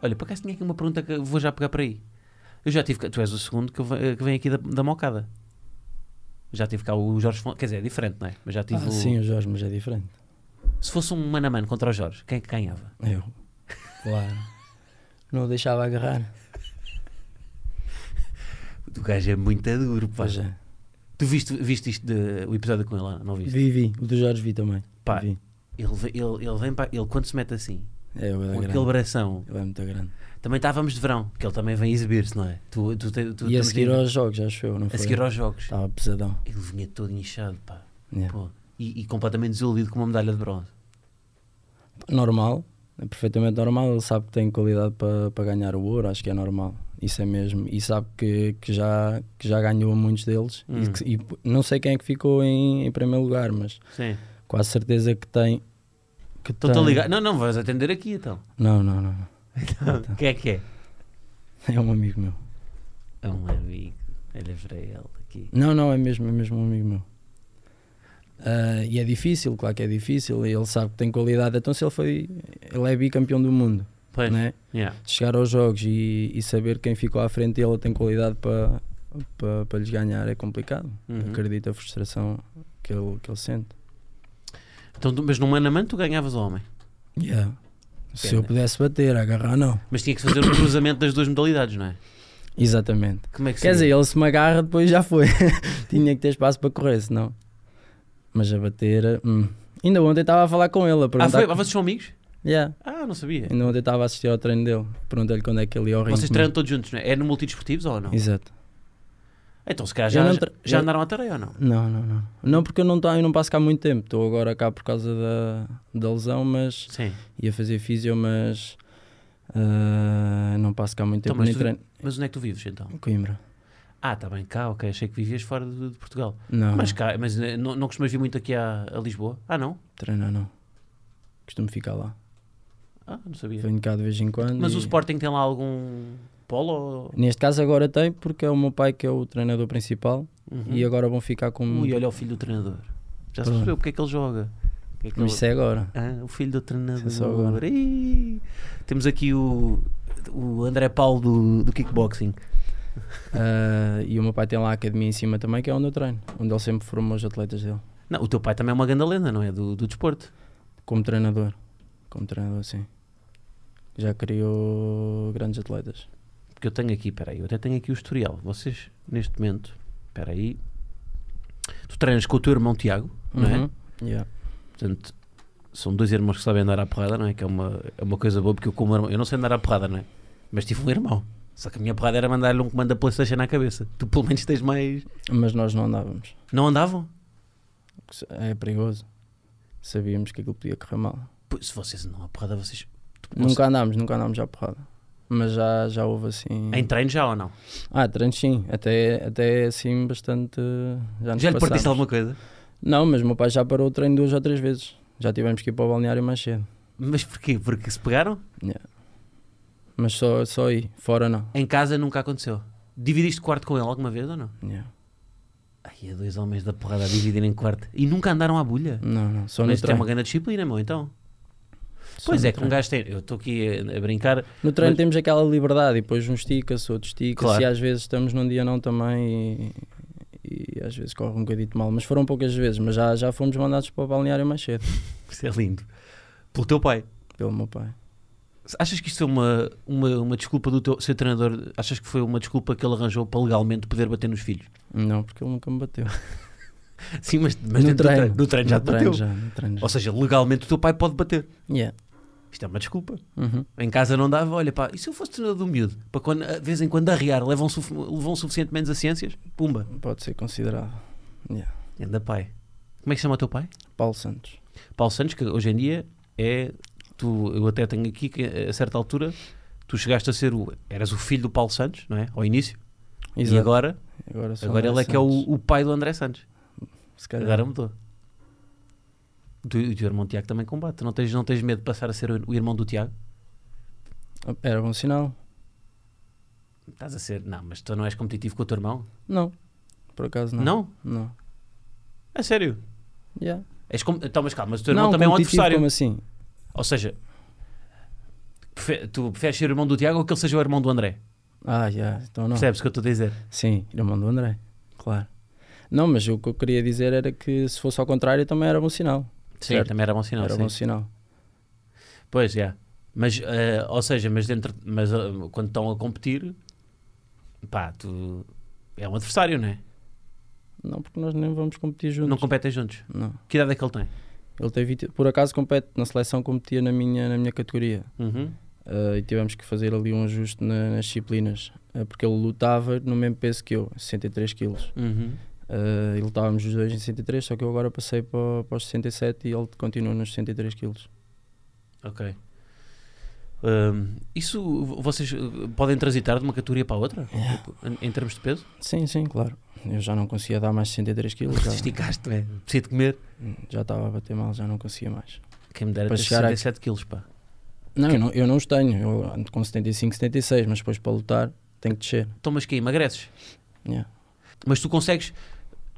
Olha, por acaso tinha aqui uma pergunta que eu vou já pegar por aí. Eu já tive. cá- Tu és o segundo que, eu ve- que vem aqui da, da mocada. Já tive cá o Jorge Fonseca. Quer dizer, é diferente, não é? Mas já tive. Ah, o- sim, o Jorge, mas é diferente. Se fosse um mano a mano contra o Jorge, quem é que ganhava? Eu. Claro. Não o deixava agarrar. O gajo é muito duro, pá. Pois é. Tu viste, viste isto de- o episódio com ele, lá, não viste? Vi, vi. O do Jorge vi também. Pá, Vi. Ele, ve- ele, ele vem para. Ele quando se mete assim, É, ele é com grande. aquele bração, Ele é muito grande. também estávamos de verão, porque ele também vem exibir-se, não é? Tu, tu, te- tu, e a estamos seguir a- aos jogos, acho eu, não foi? Tá. a seguir aos jogos. Estava pesadão. Ele vinha todo inchado, pá. Yeah. Pô, E, e completamente desiludido com uma medalha de bronze. Normal. É perfeitamente normal. Ele sabe que tem qualidade para para ganhar o ouro. Acho que é normal. Isso é mesmo. E sabe que, que, já, que já ganhou a muitos deles. E Hum. que- E, não sei quem é que ficou em, em primeiro lugar, mas Sim. quase certeza que tem. Que Estou-te a tem- ligar. Então Não, não, vais atender aqui então. Não, não, não. Então. O que é que é? É um amigo meu. É um amigo. Olha para ele aqui. Não, não, é mesmo, é mesmo um amigo meu. Ah, e é difícil, claro que é difícil, e ele sabe que tem qualidade, então se ele foi, ele é bicampeão do mundo, Pois. né? Yeah. chegar aos jogos e, e saber quem ficou à frente dele tem qualidade para para, para lhes ganhar é complicado. Uhum. Acredito a frustração que ele, que ele sente. Então, tu- mas no mano a mano tu ganhavas o homem. Yeah. Se Pena. eu pudesse bater, agarrar, não. Mas tinha que fazer o cruzamento das duas modalidades, não é? Exatamente. Como é que seria? Quer dizer, ele se me agarra, depois já foi. Tinha que ter espaço para correr, senão. Mas a bater. hum. Ainda ontem estava a falar com ele. A Ah, perguntar foi? Ah, vocês são amigos? Yeah. Ah, não sabia. Ainda ontem estava a assistir ao treino dele. Perguntei-lhe quando é que ele ia ao ringue Vocês comigo. treinam todos juntos, não é? É no multidesportivos ou não? Exato. Então, se calhar já, Eu não tre- já eu- andaram à tareia ou não? Não, não, não. Não, porque eu não, tô- eu não passo cá muito tempo. Estou agora cá por causa da, da lesão, mas Sim. ia fazer físio, mas ah, não passo cá muito Então, tempo. mas nem tu- treino. Mas onde é que tu vives então? Coimbra. Ah, está bem cá, ok. Achei que vivias fora de, de Portugal. Não, Mas mas... cá, mas eh, não, não costumas vir muito aqui a, a Lisboa? Ah, não? treino não. Costumo ficar lá. Ah, não sabia. Venho cá de vez em quando. Mas e- o Sporting tem lá algum polo? Neste caso agora tem, porque é o meu pai que é o treinador principal Uhum. e agora vão ficar com. Ui, olha o filho do treinador. Já se Pronto. percebeu porque é que ele joga? Porque é que Mas ele- isso é agora. Ah, o filho do treinador. Isso é só agora. Ih, Temos aqui o, o André Paulo do, do kickboxing. Ah, e o meu pai tem lá a academia em cima também, que é onde eu treino, onde ele sempre formou os atletas dele. Não, o teu pai também é uma grande lenda, não é? Do, do desporto. Como treinador. Como treinador, sim. Já criou grandes atletas. Porque eu tenho aqui, peraí, eu até tenho aqui o historial. Vocês, neste momento, peraí. Tu treinas com o teu irmão Tiago, não é? Uhum. Yeah. Portanto, são dois irmãos que sabem andar à porrada, não é? Que é uma, é uma coisa boa, porque eu, como irmão, eu não sei andar à porrada, não é? Mas tive um irmão. Só que a minha porrada era mandar-lhe um comando da PlayStation na cabeça. Tu, pelo menos, tens mais. Mas nós não andávamos. Não andavam? porque se- É perigoso. Sabíamos que aquilo podia correr mal. Pô, se vocês andam à porrada, vocês. tu- Nunca andámos, nunca andámos à porrada. Mas já, já houve assim. vocês- Em treino já ou não? Ah, treinos sim. Até, até assim bastante. Já, nos Já lhe passámos. partiste alguma coisa? Não, mas o meu pai já parou o treino duas ou três vezes. Já tivemos que ir para o balneário mais cedo. Mas porquê? Porque se pegaram? Mas só, só aí, fora não. Em casa nunca aconteceu. Dividiste quarto com ele alguma vez ou não? Yeah. Ai, há dois homens da porrada a dividirem quarto. E nunca andaram à bolha. Não, não, só Mas no isto é treino. uma grande disciplina, meu, então. Só Pois no é, que um treino. gajo tem. Eu estou aqui a- a brincar. No treino mas- temos aquela liberdade e depois um estica-se, outro estica-se Claro. e às vezes estamos num dia não também e, e às vezes corre um bocadinho mal. Mas foram poucas vezes, mas já, já fomos mandados para o balneário mais cedo, Isso é lindo. Pelo teu pai. pelo meu pai. Achas que isto foi uma, uma, uma desculpa do teu ser treinador? Achas que foi uma desculpa que ele arranjou para legalmente poder bater nos filhos? Não, porque ele nunca me bateu. Sim, mas, mas dentro do treino- no treino já No te bateu. já, no treino já. Ou seja, legalmente o teu pai pode bater. Yeah. Isto é uma desculpa. Uhum. Em casa não dava, olha pá, e se eu fosse treinador do miúdo? Para quando, eh, de vez em quando arriar, levam, suf- levam suficiente menos a ciências? Pumba. Pode ser considerado. Anda pai. Como é que se chama o teu pai? Paulo Santos. Paulo Santos, que hoje em dia é. Tu, eu até tenho aqui que a certa altura tu chegaste a ser o. Eras o filho do Paulo Santos, não é? Ao início. E Exato. agora, agora, sou agora ele André é que é Santos. o, o pai do André Santos. Se calhar. Agora mudou. Tu, e o teu irmão Tiago também combate. Tu Não tens, não tens medo de passar a ser o, o irmão do Tiago? Era bom sinal. Estás a ser. Não, mas tu não és competitivo com o teu irmão? Não. Por acaso Não? não. Não. É sério. Yeah. És com... Então, mas calma, mas o teu irmão Não, assim? também é um competitivo, adversário. Como assim? Ou seja, prefe- tu preferes ser o irmão do Tiago ou que ele seja o irmão do André? Ah, já, então não. Percebes o que eu estou a dizer? Sim, irmão do André, claro. Não, mas o que eu queria dizer era que se fosse ao contrário também era bom sinal. Sim, Certo. também era bom sinal. era sim. bom sinal. Pois, já. Mas, eh, ou seja, mas dentro, mas eh, quando estão a competir, pá, tu é um adversário, não é? Não, porque nós nem vamos competir juntos. Não competem juntos. Não. Que idade é que ele tem? Ele tem 20, por acaso compete na seleção, competia na minha, na minha categoria. Uhum. Ah, e tivemos que fazer ali um ajuste na- nas disciplinas, Ah, porque ele lutava no mesmo peso que eu, 63 quilos. Uhum. Ah, e lutávamos os dois em 63, só que eu agora passei para, o- para os 67 e ele continua nos 63 quilos. Ok. Ahm, isso v- vocês eh, podem transitar de uma categoria para a outra? Tipo, Em, em termos de peso? Sim, sim, claro. Eu já não conseguia dar mais 63 quilos, já, Esticaste, não é? Preciso de comer. já estava a bater mal, já não conseguia mais. Quem me dera Para ter chegar a- 67 quilos, pá. Não, eu não, eu não os tenho, eu ando com 75, 76, mas depois para lutar tenho que descer. Então, mas que emagreces? Yeah, Mas tu consegues,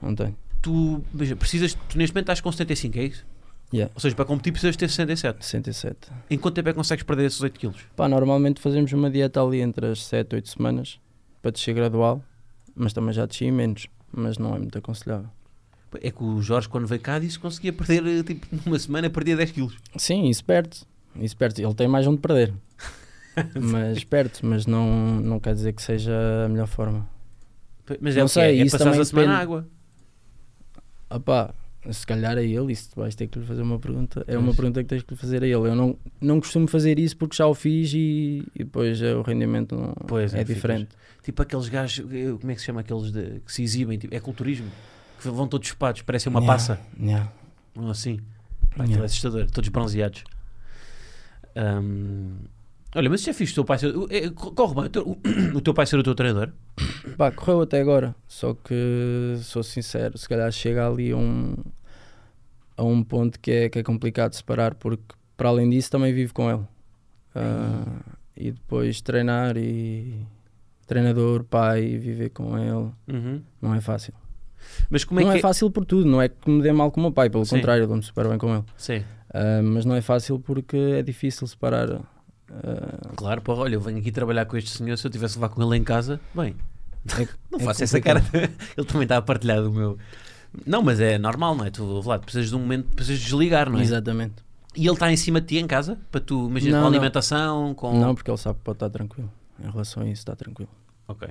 não tenho. tu veja, precisas, tu neste momento estás com 75, é isso? Yeah. Ou seja, para competir precisas ter 67. 67. Em quanto tempo é que consegues perder esses 8 quilos? Pá, normalmente fazemos uma dieta ali entre as 7, 8 semanas para descer gradual, mas também já desci menos, mas não é muito aconselhável. É que o Jorge, quando veio cá, disse que conseguia perder, eh, tipo, numa semana perdia 10 quilos. Sim, isso perde. Isso perde. Ele tem mais onde perder. mas perde, mas não, não quer dizer que seja a melhor forma. Mas é Não o que sei, é, é isso passares também a semana depende. à água. Ah pá, se calhar a ele, isso vais ter que lhe fazer uma pergunta. É Pois. uma pergunta que tens que lhe fazer a ele. Eu não, não costumo fazer isso porque já o fiz e, e depois eh, o rendimento não- Pois, é, é, ficas- diferente. Tipo aqueles gajos, eh, como é que se chama aqueles de- que se exibem? Tipo, é culturismo. Que vão todos chupados, parecem uma Yeah, passa. yeah, Ou assim. Pá, yeah. aquilo é assustador, todos bronzeados. Ahm, olha, mas isso é fixe o teu pai ser. o- é, co- Corre bem, o teu, o teu pai ser o teu treinador. Pá, correu até agora, só que sou sincero, se calhar chega ali a um, a um ponto que é, que é complicado de separar, porque para além disso também vivo com ele. Ah, e depois treinar e treinador, pai, e viver com ele, não é fácil. Mas como é não que é fácil por tudo, não é que me dê mal com o meu pai, pelo Sim. contrário, dou-me super bem com ele. Sim, Ah, mas não é fácil porque é difícil separar. ah, claro, porra, olha, eu venho aqui trabalhar com este senhor. Se eu tivesse de levar com ele em casa, bem, é- não é faço essa cara. complicado. ele também está a partilhar do meu. Não, mas é normal, não é? Tu, Vlad, precisas de um momento, precisas desligar, não é? Exatamente. E ele está em cima de ti em casa? Para tu, imagina, Não, com não. alimentação, com... Não, porque ele sabe que pode estar tranquilo. Em relação a isso, está tranquilo. Ok.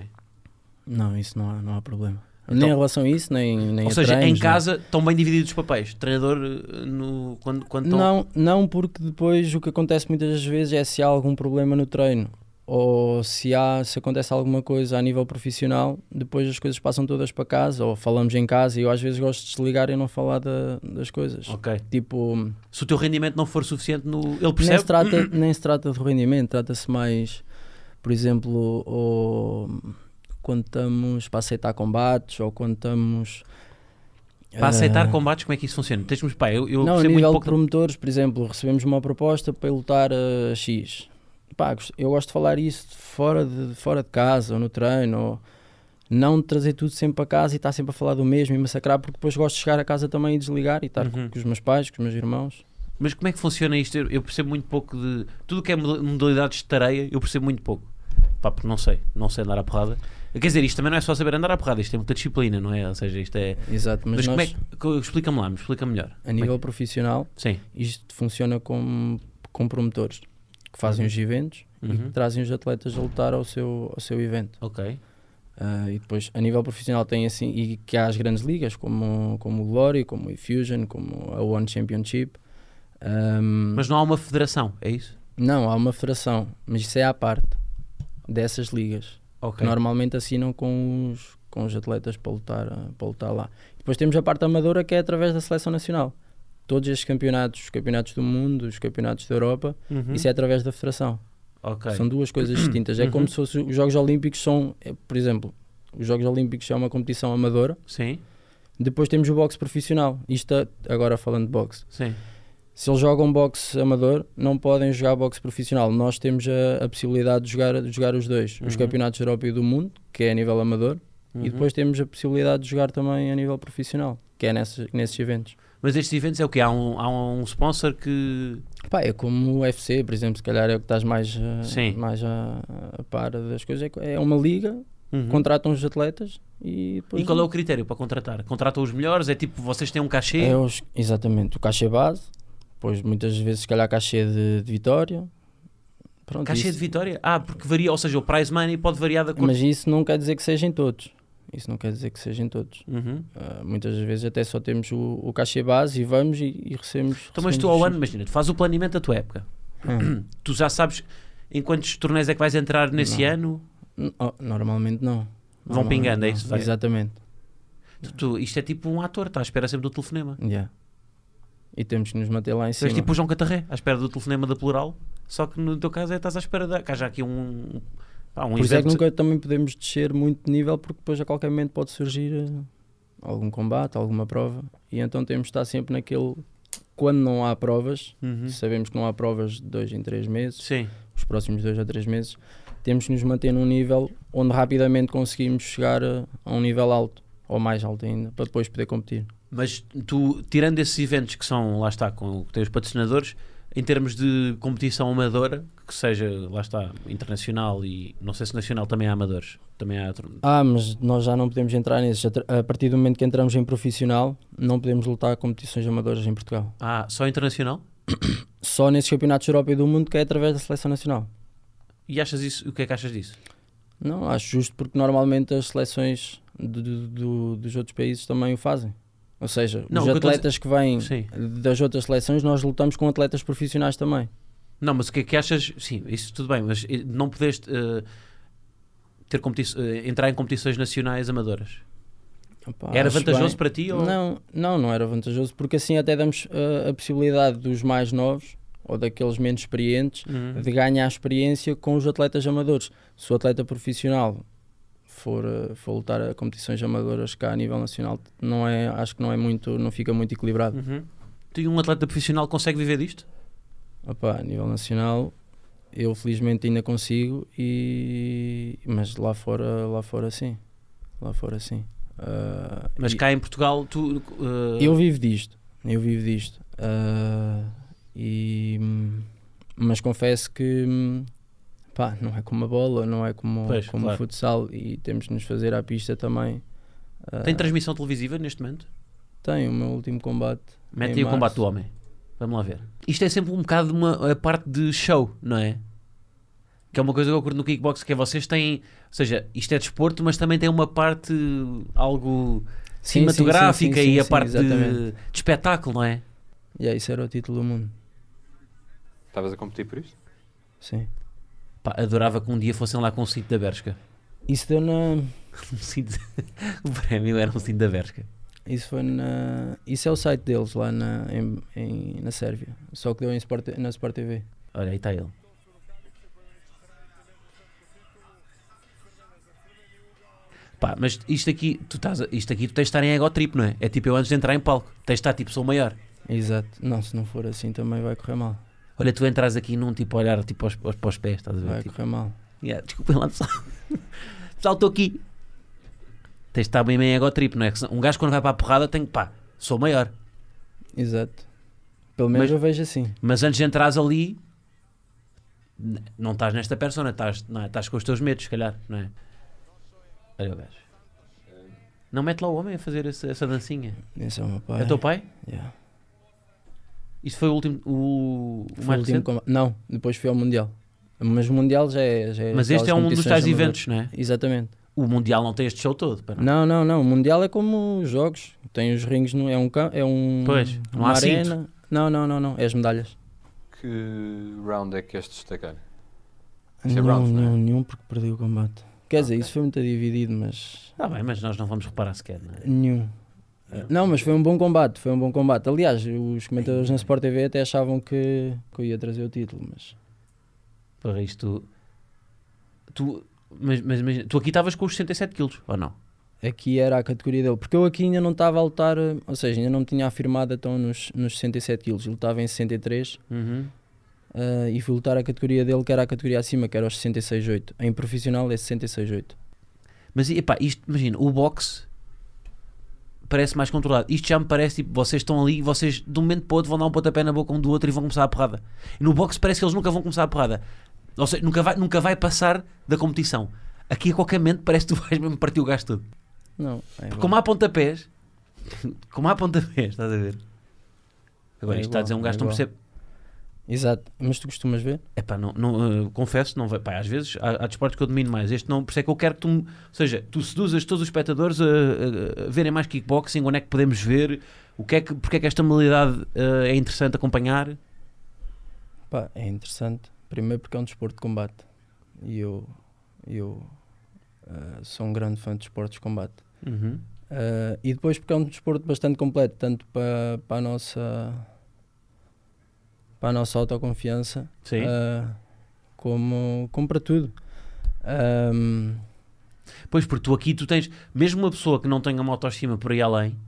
Não, isso não há, não há problema. Então- nem em relação a isso, nem, nem Ou a seja, treinos, em casa estão bem divididos os papéis. Treinador, eh, no, quando, quando Não. estão... não, não, porque depois o que acontece muitas das vezes é se há algum problema no treino ou se, há, se acontece alguma coisa a nível profissional, depois as coisas passam todas para casa ou falamos em casa e eu às vezes gosto de desligar e não falar da- das coisas. Ok. Tipo, Se o teu rendimento não for suficiente, no... ele nem se, percebe? trata, nem se trata de rendimento, trata-se mais, por exemplo, ou quando estamos para aceitar combates ou quando estamos Para aceitar ah, combates, como é que isso funciona? Tens-me... Pá, eu, eu não, a percebo nível muito de pouco... promotores, por exemplo, recebemos uma proposta para ir lutar a X. Pá, gost- eu gosto de falar isso de fora de, fora de casa ou no treino, ou não de trazer tudo sempre para casa e estar sempre a falar do mesmo e massacrar, porque depois gosto de chegar a casa também e desligar e estar Uhum. com, com os meus pais, com os meus irmãos. Mas como é que funciona isto? Eu eu percebo muito pouco de... Tudo o que é moda- modalidades de tareia, eu percebo muito pouco. Pá, porque não sei. Não sei andar à porrada. Quer dizer, isto também não é só saber andar à porrada. Isto é muita disciplina, não é? Ou seja, isto é... Exato, Mas, mas, como nós, é que... Explica-me lá, me explica melhor. é a nível profissional, Sim. isto funciona com, com promotores que fazem os eventos e que Uhum. trazem os atletas a lutar ao seu, ao seu evento. Ok. Ah, e depois, a nível profissional, tem assim, e que há as grandes ligas, como, como o Glory, como o Infusion, como a One Championship. Ahm, Mas não há uma federação, é isso? Não, há uma federação, mas isso é à parte dessas ligas, que Ok. normalmente assinam com os, com os atletas para lutar, ah, para lutar lá. Depois temos a parte amadora, que é através da seleção nacional. Todos estes campeonatos, os campeonatos do mundo, os campeonatos da Europa, Uhum. isso é através da federação. Ok. São duas coisas distintas. É Uhum. como se fosse, os Jogos Olímpicos são, eh, por exemplo, os Jogos Olímpicos é uma competição amadora. Sim, Depois temos o boxe profissional. Isto a- agora falando de boxe. sim. Se eles jogam boxe amador, não podem jogar boxe profissional. Nós temos a, a possibilidade de jogar, de jogar os dois: os Uhum. campeonatos da Europa e do mundo, que é a nível amador, Uhum. E depois temos a possibilidade de jogar também a nível profissional, que é nesses, nesses eventos. Mas estes eventos é o quê? Há um, há um sponsor que. Pá, é como o UFC, por exemplo, se calhar é o que estás mais, eh, Sim. mais a, a par das coisas. É co- É uma liga, Uhum. contratam os atletas e depois. E qual é o critério para contratar? Contratam os melhores? É tipo, vocês têm um cachê? É os- exatamente, o cachê base, depois muitas vezes, se calhar, cachê de, de vitória. Pronto, Cachê isso- é, de vitória? Ah, porque varia, ou seja, o prize money pode variar de acordo. Mas isso não quer dizer que sejam todos. Isso não quer dizer que sejam todos. Uhum. Ah, muitas vezes até só temos o, o cachê base e vamos e, e recebemos. Então, mas recebemos tu ao os- ano, imagina, tu fazes o planeamento da tua época. Ah, Tu já sabes em quantos torneios é que vais entrar nesse Não. ano? n- oh, normalmente não. Vão Normalmente pingando, é não. isso, vai. Exatamente. Tu- tu- isto é tipo um ator, está à espera sempre do telefonema. Yeah. E temos que nos manter lá em Tu cima. és tipo o João Catarré, à espera do telefonema da plural, só que no teu caso é estás à espera da. Cá já aqui um. Pá, um Por isso é que evento- nunca também podemos descer muito de nível, porque depois a qualquer momento pode surgir eh, algum combate, alguma prova. E então temos de estar sempre naquele. Quando não há provas, Uhum. sabemos que não há provas de dois em três meses, Sim. os próximos dois a três meses, temos que nos manter num nível onde rapidamente conseguimos chegar a, a um nível alto, ou mais alto ainda, para depois poder competir. Mas tu, tirando esses eventos que são, lá está, com que têm os patrocinadores, em termos de competição amadora, que seja, lá está, internacional e não sei se nacional também há amadores, também há outro- Ah, mas nós já não podemos entrar nesses. A tr- A partir do momento que entramos em profissional, não podemos lutar competições amadoras em Portugal. Ah, só internacional? Só nesses campeonatos da Europa e do mundo que é através da seleção nacional. E achas isso? O que é que achas disso? Não, acho justo porque normalmente as seleções do- do- do- dos outros países também o fazem. Ou seja, Não, o os que eu tô a atletas que vêm Sim. das outras seleções, nós lutamos com atletas profissionais também. Não, mas o que é que achas? Sim, isso tudo bem, mas eh, não podes eh, ter competi- eh, entrar em competições nacionais amadoras. Opa, Era acho vantajoso bem. para ti? Ou... Não, não, não era vantajoso, porque assim até damos uh, a possibilidade dos mais novos ou daqueles menos experientes Uhum. de ganhar experiência com os atletas amadores. Se o atleta profissional for, uh, for lutar a competições amadoras cá a nível nacional, não é, acho que não é muito, não fica muito equilibrado. Uhum. Tu e um atleta profissional consegue viver disto? Uhum. Opa, a nível nacional, eu felizmente ainda consigo e mas lá fora, lá fora sim. Lá fora sim. Ah, Mas e- cá em Portugal, tu. eh, Eu vivo disto, eu vivo disto. Ah, e, hum, mas confesso que hum, pá, não é como a bola, não é como, Pois, como claro. o futsal e temos de nos fazer à pista também. Ah, Tem transmissão televisiva neste momento? tem o meu último combate. Mete Em aí o março. combate do homem. Vamos lá ver. Isto é sempre um bocado uma a parte de show, não é? Que é uma coisa que eu curto no kickbox, que é vocês têm. Ou seja, isto é desporto, mas também tem uma parte algo Sim, sim, cinematográfica sim, sim, e a sim, parte de, exatamente. de espetáculo, não é? E yeah, isso era o título do mundo. Estavas a competir por isto? Sim. Pá, adorava que um dia fossem lá com um cinto da Bershka. Isso deu na. Um cinto- o prémio era um cinto da Bershka. Isso foi na. Isso é o site deles lá na, em, em- na Sérvia. Só que deu em Sport- na Sport TV. Olha, aí está ele. Pá, mas isto aqui, tu estás, a- isto aqui tu tens de estar em ego trip, não é? É tipo eu antes de entrar em palco, tens de estar tipo sou o maior. Exato. Não, se não for assim também vai correr mal. Olha, tu entras aqui num tipo a olhar tipo aos, aos, para os pés, estás a ver? Vai Tipo, correr mal. yeah, desculpem lá pessoal, pessoal estou aqui. Tens de estar bem em ego trip, não é? Que se- Um gajo quando vai para a porrada tem que pá, sou o maior. Exato. Pelo menos Mas- eu vejo assim. Mas antes de entrares ali, n- não estás nesta persona, estás, não é? Estás com os teus medos, se calhar, não é? Olha o gajo. Não mete lá o homem a fazer essa, essa dancinha. Esse é o meu pai. É teu pai? Yeah. Isto foi o último. O, o Foi mais o último recente? combate. Não, depois fui ao Mundial. Mas o Mundial já é. Já é Mas este é aquelas um dos competições tais amadoras. eventos, não é? Exatamente. O Mundial não tem este show todo. pá, não. Não, não, não. O Mundial é como os jogos. Tem os rings, no, é um cam- é um, Pois, não uma há cinto. arena. Não, não, não, não. É as medalhas. Que round é que queres destacar? Isso é Nenhum, bronze, não é? nenhum, nenhum, porque perdi o combate. Quer dizer, isso foi muito dividido, mas Está Tá bem, mas nós não vamos reparar sequer, não é? nenhum. Não, mas foi um bom combate, foi um bom combate. Aliás, os comentadores na Sport TV até achavam que, que eu ia trazer o título, mas Para isto. Tu. Mas, mas, imagina, tu aqui estavas com os 67 quilos, ou não? aqui era a categoria dele, porque eu aqui ainda não estava a lutar, eh, ou seja, ainda não me tinha afirmado então nos, nos 67 quilos, eu lutava em 63 Uhum. eh, e fui lutar a categoria dele que era a categoria acima, que era os 66.8, em profissional é 66.8. Mas epá, isto, imagina, o boxe parece mais controlado. Isto já me parece tipo, vocês estão ali e vocês de um momento para o outro vão dar um pontapé na boca um do outro e vão começar a porrada. E no boxe parece que eles nunca vão começar a porrada. Ou seja, nunca vai, nunca vai passar da competição. Aqui a qualquer momento parece que tu vais mesmo partir o gajo todo. Não, é Porque igual. como há pontapés, como há pontapés, estás a ver? Agora É isto está a dizer um igual, gajo é que não igual. percebe. Exato, mas tu costumas ver? Epá, não, não, eh, confesso, não, ve- pá, às vezes há, há desportos que eu domino mais. Este não, por isso é que eu quero que tu, me- ou seja, tu seduzas todos os espectadores a, a- a verem mais kickboxing, onde é que podemos ver, o que é que, porque é que esta modalidade eh, é interessante acompanhar. Pá, é interessante. Primeiro porque é um desporto de combate. E eu, eu ah, sou um grande fã de desportos de combate. Ah, e depois porque é um desporto bastante completo, tanto para para a nossa para a nossa autoconfiança, Sim. ah, como, como para tudo. Ahm, Pois, porque tu aqui tu tens, mesmo uma pessoa que não tenha uma autoestima por aí além,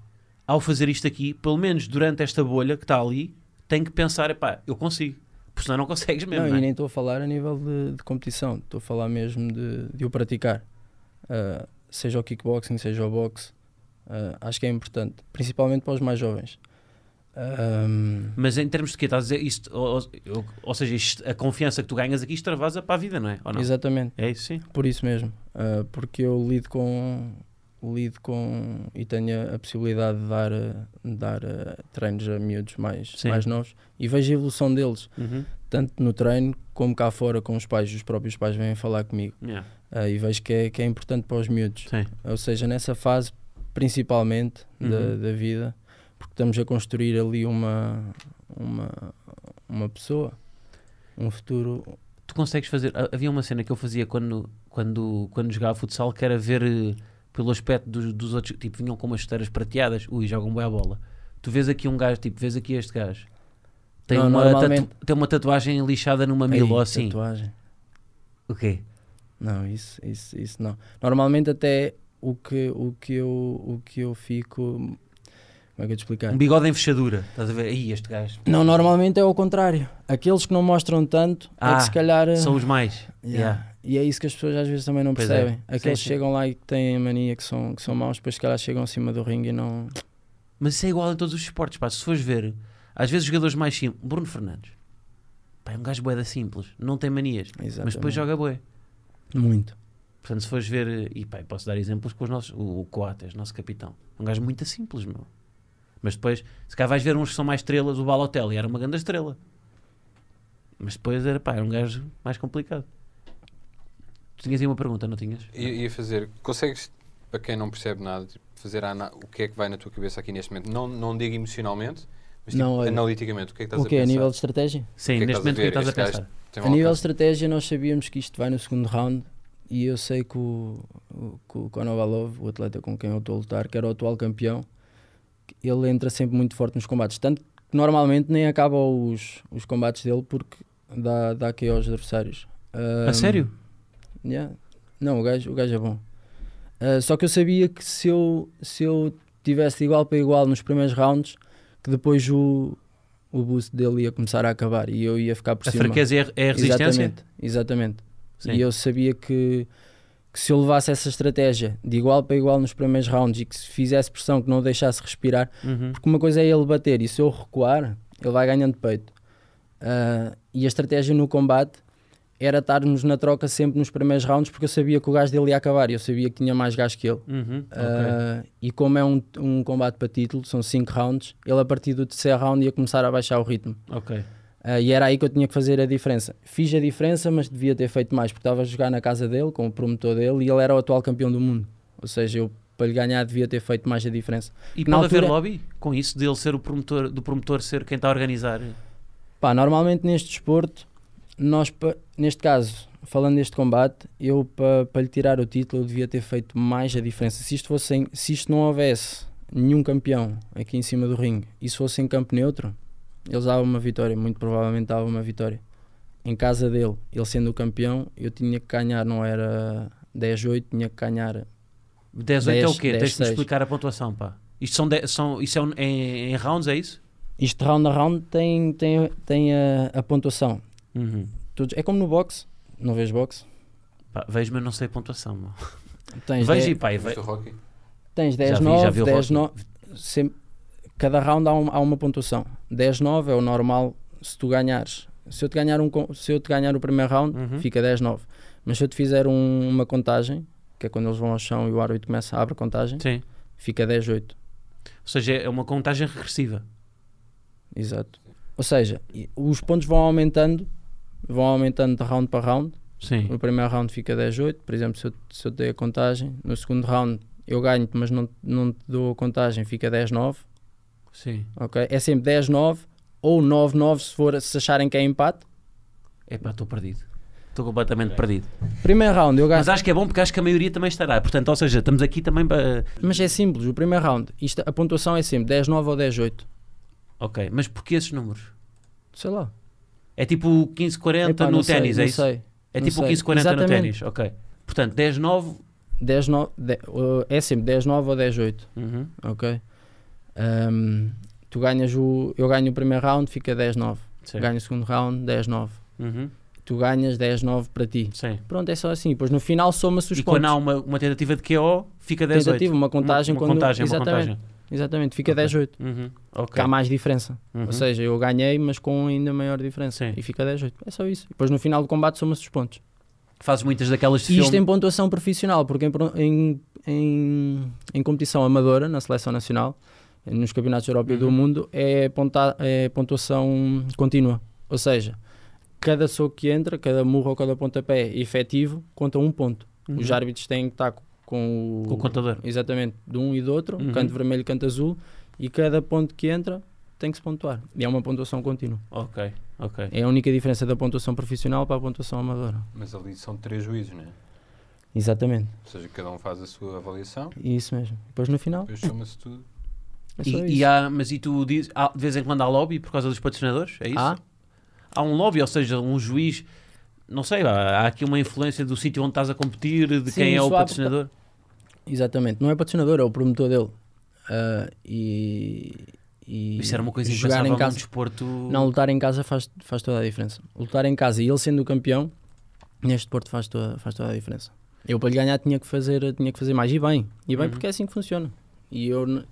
ao fazer isto aqui, pelo menos durante esta bolha que está ali, tem que pensar, epá, eu consigo. Porque senão não consegues mesmo, não, não e é? nem estou a falar a nível de, de competição, estou a falar mesmo de, de o praticar. Ah, seja o kickboxing, seja o boxe, ah, acho que é importante, principalmente para os mais jovens. Ahm, Mas em termos de quê? Estás a dizer isto, ou, ou- eu- ou seja, isto- a confiança que tu ganhas aqui extravasa para a vida, não é? Ou não? Exatamente. É isso, sim. Por isso mesmo, ah, porque eu lido com lido com e tenho a possibilidade de dar, ah, dar ah, treinos a miúdos mais, Sim. mais novos e vejo a evolução deles, tanto no treino como cá fora com os pais, os próprios pais vêm falar comigo Yeah. ah, e vejo que é, que é importante para os miúdos, Sim. ou seja, nessa fase principalmente Uhum. da, da vida, porque estamos a construir ali uma, uma, uma pessoa, um futuro. Tu consegues fazer. ha- Havia uma cena que eu fazia quando, quando, quando jogava futsal que era ver eh, pelo aspecto dos, dos outros. Tipo, vinham com umas chuteiras prateadas. Ui, jogam bem a bola. Tu vês aqui um gajo, tipo, vês aqui este gajo. Tem, Não, uma, tatu- normalmente- tem uma tatuagem lixada numa Ei, mila ou assim. tatuagem. O quê? Não, isso, isso, isso não. Normalmente até o que, o que, eu, o que eu fico. Como é que eu te explicar? Um bigode em fechadura. Estás a ver? Aí, este gajo. Não, normalmente é ao contrário. Aqueles que não mostram tanto é Ah, que se calhar. eh, São os mais. yeah. Yeah. E é isso que as pessoas às vezes também não Pois é. percebem. Aqueles Sim, sim. que chegam lá e que têm a mania que são, que são maus, depois se calhar chegam acima do ringue e não. Mas isso é igual em todos os esportes, pá. Se fores ver, às vezes os jogadores mais simples. Bruno Fernandes. Pá, é um gajo boeda simples. Não tem manias. Mas depois Exatamente. joga boé. Muito. Portanto, se fores ver, e pá, eu posso dar exemplos com os nossos, o, o Coates, nosso capitão. É Um gajo muito simples, meu. Mas depois, se cá vais ver uns que são mais estrelas, o Balotelli era uma grande estrela. Mas depois era, pá, era um gajo mais complicado. Tu tinhas aí uma pergunta, não tinhas? I- Ia fazer, consegues, para quem não percebe nada, tipo, fazer a ana- o que é que vai na tua cabeça aqui neste momento? Não, não digo emocionalmente, mas tipo, Não, olha. analiticamente, o que é que estás O que a é? A pensar? nível de estratégia? Sim, que é que neste momento o que é que estás estás a a ver? Este pensar? Tem um A nível de alcance. estratégia, nós sabíamos que isto vai no segundo round e eu sei que o, o, que o Konovalov, o atleta com quem eu estou a lutar, que era o atual campeão, que ele entra sempre muito forte nos combates. Tanto que normalmente nem acabam os, os combates dele porque dá, dá KO aos adversários. A Ahm, sério? um, Yeah. Não, o gajo, o gajo é bom. Ah, só que eu sabia que se eu, se eu tivesse de igual para igual nos primeiros rounds, que depois o, o boost dele ia começar a acabar e eu ia ficar por A cima. fraqueza é, é a resistência? Exatamente, exatamente. Sim. E eu sabia que, que se eu levasse essa estratégia de igual para igual nos primeiros rounds e que se fizesse pressão, que não o deixasse respirar, Uhum. porque uma coisa é ele bater e se eu recuar, ele vai ganhando peito. Ah, e a estratégia no combate era estarmos na troca sempre nos primeiros rounds, porque eu sabia que o gás dele ia acabar, e eu sabia que tinha mais gás que ele. Uhum. ok. Ah, e como é um, um combate para título, são 5 rounds, ele a partir do terceiro round ia começar a baixar o ritmo. ok. Ah, e era aí que eu tinha que fazer a diferença. Fiz a diferença, mas devia ter feito mais, porque estava a jogar na casa dele, com o promotor dele, e ele era o atual campeão do mundo. Ou seja, eu para lhe ganhar devia ter feito mais a diferença. E Na pode haver altura- lobby com isso, dele ser o promotor, do promotor ser quem está a organizar? Pá, normalmente neste desporto, nós, pa- neste caso, falando deste combate, eu para lhe tirar o título eu devia ter feito mais a diferença. Se isto, fosse em- se isto não houvesse nenhum campeão aqui em cima do ringue e se fosse em campo neutro, eles davam uma vitória, muito provavelmente davam uma vitória. Em casa dele, ele sendo o campeão, eu tinha que ganhar, não era 10-8, tinha que ganhar 18 é o quê? 10, Tens de me 6. explicar a pontuação, pá. Isto são, de- são isso é um- em, em rounds, é isso? Isto round a round tem, tem, tem a, a pontuação. Uhum. Todos- É como no boxe, não vês boxe? Pá, vejo, mas não sei a pontuação. meu. Tens Vejo e dez- pá, e Viste ve- o Rocky? Tens Já 10, vi- 9, já vi o 10, Rocky. 9. sempre- cada round há, um- há uma pontuação. 10, 9 é o normal se tu ganhares. Se eu te ganhar, um, con- se eu te ganhar o primeiro round, Uhum. fica 10, 9. Mas se eu te fizer um- uma contagem, que é quando eles vão ao chão e o árbitro começa a abrir a contagem, Sim. fica 10, 8. Ou seja, é uma contagem regressiva. Exato. Ou seja, e- os pontos vão aumentando, vão aumentando de round para round. Sim. No primeiro round fica 10-8, por exemplo, se eu, se eu te dei a contagem. No segundo round eu ganho-te, mas não, não te dou a contagem, fica 10-9. Sim. ok? É sempre 10-9 ou 9-9 se, for- se acharem que é empate. É pá, estou perdido. Estou completamente perdido. Primeiro round eu ganho. Mas acho que é bom porque acho que a maioria também estará. Portanto, ou seja, estamos aqui também para. Mas é simples, o primeiro round, isto, a pontuação é sempre 10-9 ou 10-8. Ok, mas porquê esses números? Sei lá. É tipo 15-40 Epá, não no sei, ténis, não é isso? sei. É não tipo sei. 15-40 no Exatamente. ténis, ok. Portanto, 10-9. 10-9 de- uh, é sempre 10-9 ou 10-8, Uhum. ok? Ahm, tu ganhas o. Eu ganho o primeiro round, fica 10-9. Sim. Ganho o segundo round, 10-9. Uhum. Tu ganhas 10-9 para ti. Sim. Pronto, é só assim. Depois no final soma-se os E pontos. quando há uma, uma tentativa de QO, fica 10-8. Tentativa, uma contagem uma, uma quando- contagem, uma Exatamente. contagem. Exatamente, fica Ok. 10-8. Uhum. Porque Ok. há mais diferença. Uhum. Ou seja, eu ganhei, mas com ainda maior diferença. Sim. E fica 10-8. É só isso. E depois no final do combate soma-se os pontos. Fazes muitas daquelas de E isto filme. em pontuação profissional, porque em, pro- em, em, em competição amadora, na seleção nacional, nos campeonatos europeus do Uhum. mundo, é, ponta, é pontuação contínua. Ou seja, cada soco que entra, cada murro ou cada pontapé é efetivo conta um ponto. Uhum. Os árbitros têm que estar co- com o, Com o contador. Exatamente, de um e do outro, Uhum. canto vermelho e canto azul, e cada ponto que entra tem que se pontuar. E é uma pontuação contínua. Ok, ok. É a única diferença da pontuação profissional para a pontuação amadora. Mas ali são três juízes, não é? Exatamente, Ou seja, cada um faz a sua avaliação, isso mesmo. Depois no final, depois soma-se tudo. é só E, isso. e há, mas e tu dizes, há- de vez em quando há lobby por causa dos patrocinadores? É isso? Há? Há um lobby, ou seja, um juiz, não sei, há, há aqui uma influência do sítio onde estás a competir, de Sim, quem é isso o há- patrocinador. Exatamente, não é patrocinador, é o promotor dele. Ah, e, e Isso era uma coisa jogar impensável em num casa. desporto. Não, lutar em casa faz, faz toda a diferença. Lutar em casa e ele sendo o campeão, neste desporto faz toda, faz toda a diferença. Eu para lhe ganhar tinha que fazer, tinha que fazer mais e bem, e bem Uhum. porque é assim que funciona. E eu n-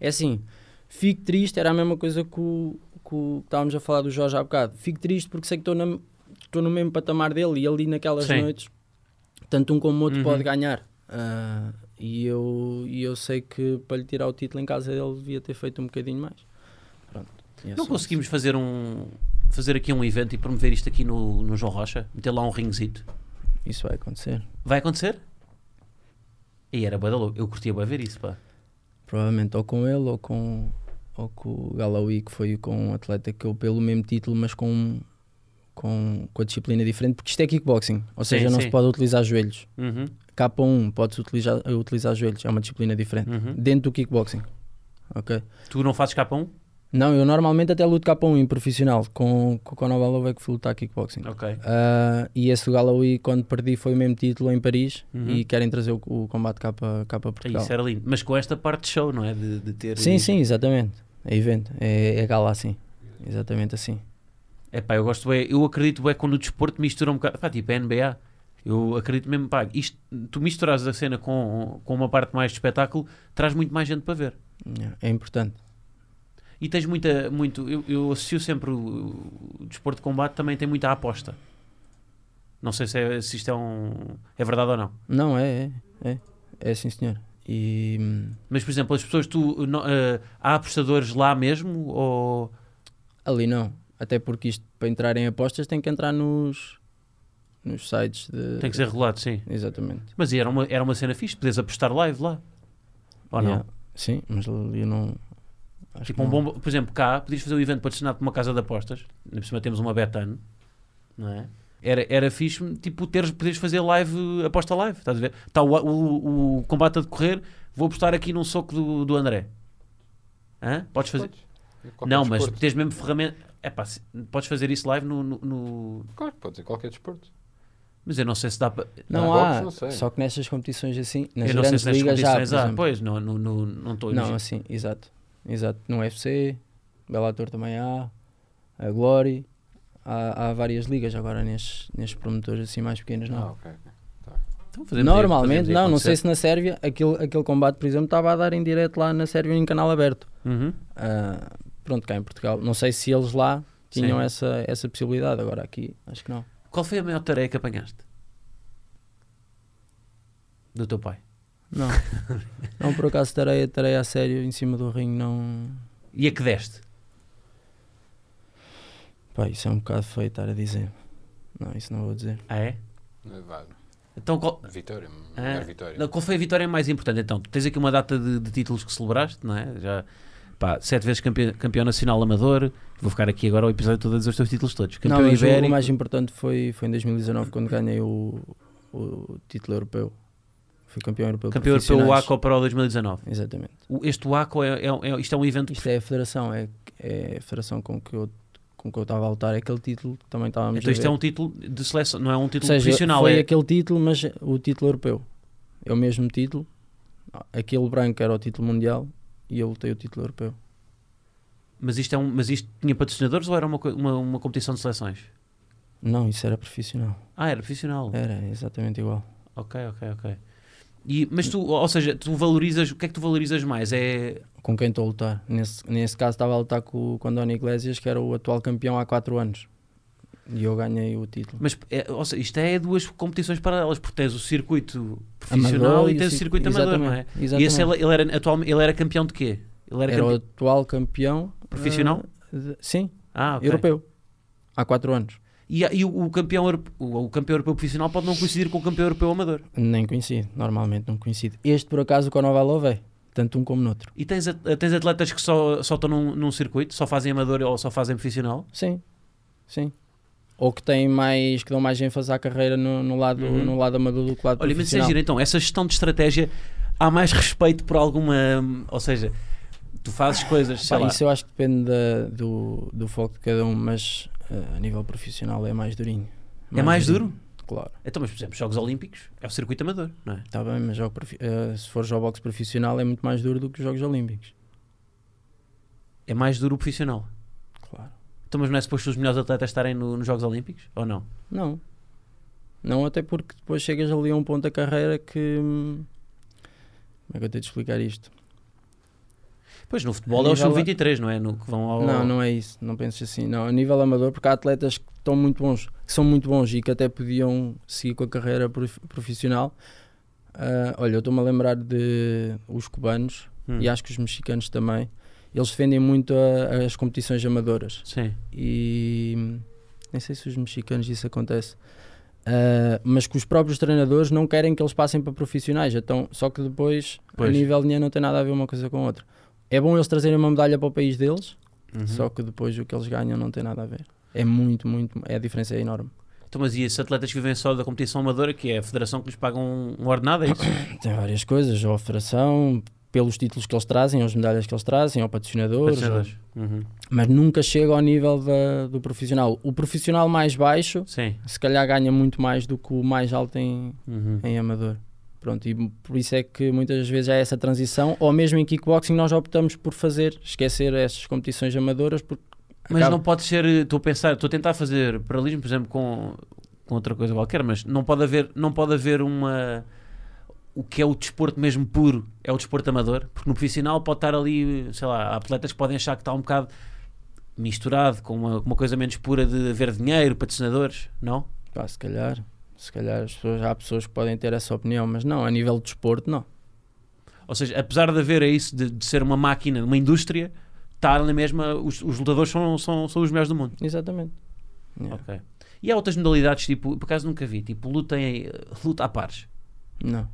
é assim, fico triste, era a mesma coisa que, o, que, o- que estávamos a falar do Jorge há bocado. Fico triste porque sei que estou na- estou no mesmo patamar dele e ali naquelas Sim. noites, tanto um como o outro Uhum. pode ganhar. Ah, e, eu, e eu sei que para lhe tirar o título em casa ele devia ter feito um bocadinho mais. Pronto. E é Não só isso. conseguimos fazer um. Fazer aqui um evento e promover isto aqui no, no João Rocha, meter lá um ringzito. Isso vai acontecer. Vai acontecer? E era bué da louco. Eu curtia bem ver isso, pá. Provavelmente ou com ele ou com, ou com o Galawi, que foi com um atleta que eu pelo mesmo título, mas com, com, com a disciplina diferente, porque isto é kickboxing, ou Sim, seja, não sim. se pode utilizar joelhos. Uhum, K1 pode-se utilizar, utilizar joelhos, é uma disciplina diferente. uhum. Dentro do kickboxing. Ok. Tu não fazes K1? Não, eu normalmente até luto K1 em profissional, com, com o Conor Galloway que fui lutar kickboxing. Ok. Ah, e esse do Galawi, quando perdi, foi o mesmo título em Paris Uhum. e querem trazer o, o combate cá para cá para Portugal. Isso era lindo. Mas com esta parte de show, não é? De, de ter. Sim, sim, exatamente. É evento, é, é gala assim. Exatamente assim. É pá, eu gosto bem, eu acredito bem quando o desporto mistura um bocado, pá, tipo a NBA. Eu acredito mesmo, pá, isto, tu misturas a cena com, com uma parte mais de espetáculo, traz muito mais gente para ver. É importante. E tens muita, muito, eu, eu associo sempre o, o desporto de combate também tem muita aposta. Não sei se, é, se isto é um, é verdade ou não. Não, é, é, é. É sim, senhor. E hum, Mas, por exemplo, as pessoas, tu, não- eh, há apostadores lá mesmo ou... ali não. Até porque isto, para entrar em apostas, tem que entrar nos, nos sites de. Tem que ser regulado, sim. Exatamente. Mas era uma, era uma cena fixe, podias apostar live lá. Ou não? Yeah. Sim, mas ali eu não. Acho Tipo, que um não. bom, por exemplo, cá, podias fazer um evento patrocinado por uma casa de apostas, ainda por cima temos uma Betano, não é? Era, era fixe, tipo, teres, podias fazer live, eh, aposta live, estás a ver? Está o, o, o combate a decorrer, vou apostar aqui num soco do, do André. Hã? Podes fazer? Podes. É qualquer não, mas desporto. tens mesmo ferramenta... É pá, se- podes fazer isso live no... no- no- Claro, que pode ser qualquer desporto. Mas eu não sei se dá para... Não Ah, há. boxe, não sei. só que nessas competições assim, nas Eu não sei grandes se nas ligas já. condições por há. exemplo. Pois, não estou... Não, não, estou a Não, imaginar. assim, exato. Exato. No UFC, Bellator também há, a Glory. Há, há várias ligas agora nestes, nestes promotores assim mais pequenos, Ah, não. ok. ok. Então, Então, fazemos aí- fazemos Normalmente, aí não, não sei acontecer. se na Sérvia, aquele, aquele combate, por exemplo, estava a dar em direto lá na Sérvia em canal aberto. Uhum. Ah, pronto, cá em Portugal. Não sei se eles lá tinham Sim. essa, essa possibilidade, agora aqui acho que não. Qual foi a maior tarefa que apanhaste? Do teu pai. Não, não por acaso estarei, estarei a sério em cima do ringue, não. E a que deste? Pá, isso é um bocado feio estar a dizer. Não, isso não vou dizer. Ah, é? Não, vá, Então, qual, Vitória, Ah, melhor vitória. não, qual foi a vitória mais importante? Então, tu tens aqui uma data de, de títulos que celebraste, não é? Já, pá, sete vezes campeão, campeão nacional amador. Vou ficar aqui agora o episódio todo a dizer os teus títulos todos. Campeão não, mas o- ibérico. o mais importante foi, foi em 2019 quando ganhei o, o título europeu. Fui campeão europeu. de Campeão europeu profissionais. ACO Pro 2019. Exatamente. O- Este ACO é, é- é- isto é um evento que Isto é a federação, é, é a federação com que eu com que eu estava a lutar, é aquele título que também estávamos Então a isto ver. é um título de seleção, não é um Ou título seja, profissional. foi é- aquele título, mas o título europeu. É o mesmo título. Aquele branco era o título mundial e eu lutei o título europeu. Mas, isto é um, mas isto tinha patrocinadores ou era uma, co- uma, uma competição de seleções? Não, isso era profissional. Ah, era profissional. Era exatamente igual. Ok, ok, ok. E, mas tu, ou seja, tu valorizas, o que é que tu valorizas mais? É Com quem estou a lutar. Nesse, nesse caso estava a lutar com, o- com o António Iglesias, que era o atual campeão há 4 anos. E eu ganhei o título. Mas é, ou seja, isto é duas competições paralelas, porque tens o circuito profissional Amador e tens o cir- circuito amador, não é? exatamente, E esse exatamente. ele, ele era, atualmente, ele era campeão de quê? Ele era, era o campe- atual campeão profissional? eh, de- sim, Ah, ok. europeu. Há 4 anos. E, e o, o campeão, europe- o, o campeão europeu profissional pode não coincidir com o campeão europeu amador. Nem coincide, normalmente não coincide. Este, por acaso, com a Nova Love é, tanto um como no outro. E tens, at- tens atletas que só, só estão num, num circuito, só fazem amador ou só fazem profissional? Sim, sim. Ou que têm mais, que dão mais ênfase à carreira no, no lado, Uhum. no lado amador do que lado Olha, mas isso é profissional. giro, então, essa gestão de estratégia, há mais respeito por alguma. Ou seja, tu fazes coisas, sei Pá, lá. isso eu acho que depende da- do, do foco de cada um, mas eh, a nível profissional é mais durinho. É mais duro? Claro, Então, mas por exemplo, Jogos Olímpicos é o circuito amador, não é? está bem, mas jogo profi- eh, se fores ao boxe profissional é muito mais duro do que os Jogos Olímpicos. É mais duro o profissional. Claro. Então, mas não é suposto os melhores atletas estarem no- nos Jogos Olímpicos? Ou não? Não. Não, até porque depois chegas ali a um ponto da carreira que. hum, Como é que eu tenho de explicar isto? Pois, no futebol é A o nível- sub-23, não é? No, que vão ao... Não, não é isso. Não penses assim. Não, a nível amador, porque há atletas que estão muito bons, que são muito bons e que até podiam seguir com a carreira prof- profissional. Ah, olha, eu estou-me a lembrar de os cubanos Hum, e acho que os mexicanos também. Eles defendem muito a- as competições amadoras. Sim. e nem sei se os mexicanos isso acontece, ah, mas que os próprios treinadores não querem que eles passem para profissionais, então, só que depois Pois. a nível de dinheiro não tem nada a ver uma coisa com a outra. É bom eles trazerem uma medalha para o país deles, Uhum. só que depois o que eles ganham não tem nada a ver. É muito, muito, é a diferença é enorme. Então, mas e esses atletas que vivem só da competição amadora, que é a federação que lhes paga um, um ordenado, é isso? Tem várias coisas, ou a federação, pelos títulos que eles trazem, ou as medalhas que eles trazem, ou patrocinadores, ou- Patrocinadores. Uhum. mas nunca chega ao nível da- do profissional. O profissional mais baixo, Sim. se calhar ganha muito mais do que o mais alto em, Uhum. em amador. Pronto, e por isso é que muitas vezes há essa transição, ou mesmo em kickboxing nós optamos por fazer, esquecer essas competições amadoras, porque Mas acaba- não pode ser, eh, estou a pensar, estou a tentar fazer paralelismo, por exemplo, com, com outra coisa qualquer, mas não pode haver, não pode haver uma o que é o desporto mesmo puro, é o desporto amador, porque no profissional pode estar ali, sei lá, há atletas que podem achar que está um bocado misturado com uma, com uma coisa menos pura de haver dinheiro, patrocinadores, não? pá, se calhar, se calhar as pessoas, há pessoas que podem ter essa opinião, mas não, a nível de desporto não. Ou seja, apesar de haver isso de, de ser uma máquina, uma indústria, está na mesma, os, os lutadores são, são, são os melhores do mundo. Exatamente. Yeah. Ok. E há outras modalidades, tipo, por acaso nunca vi, tipo luta, em, luta a pares. Não.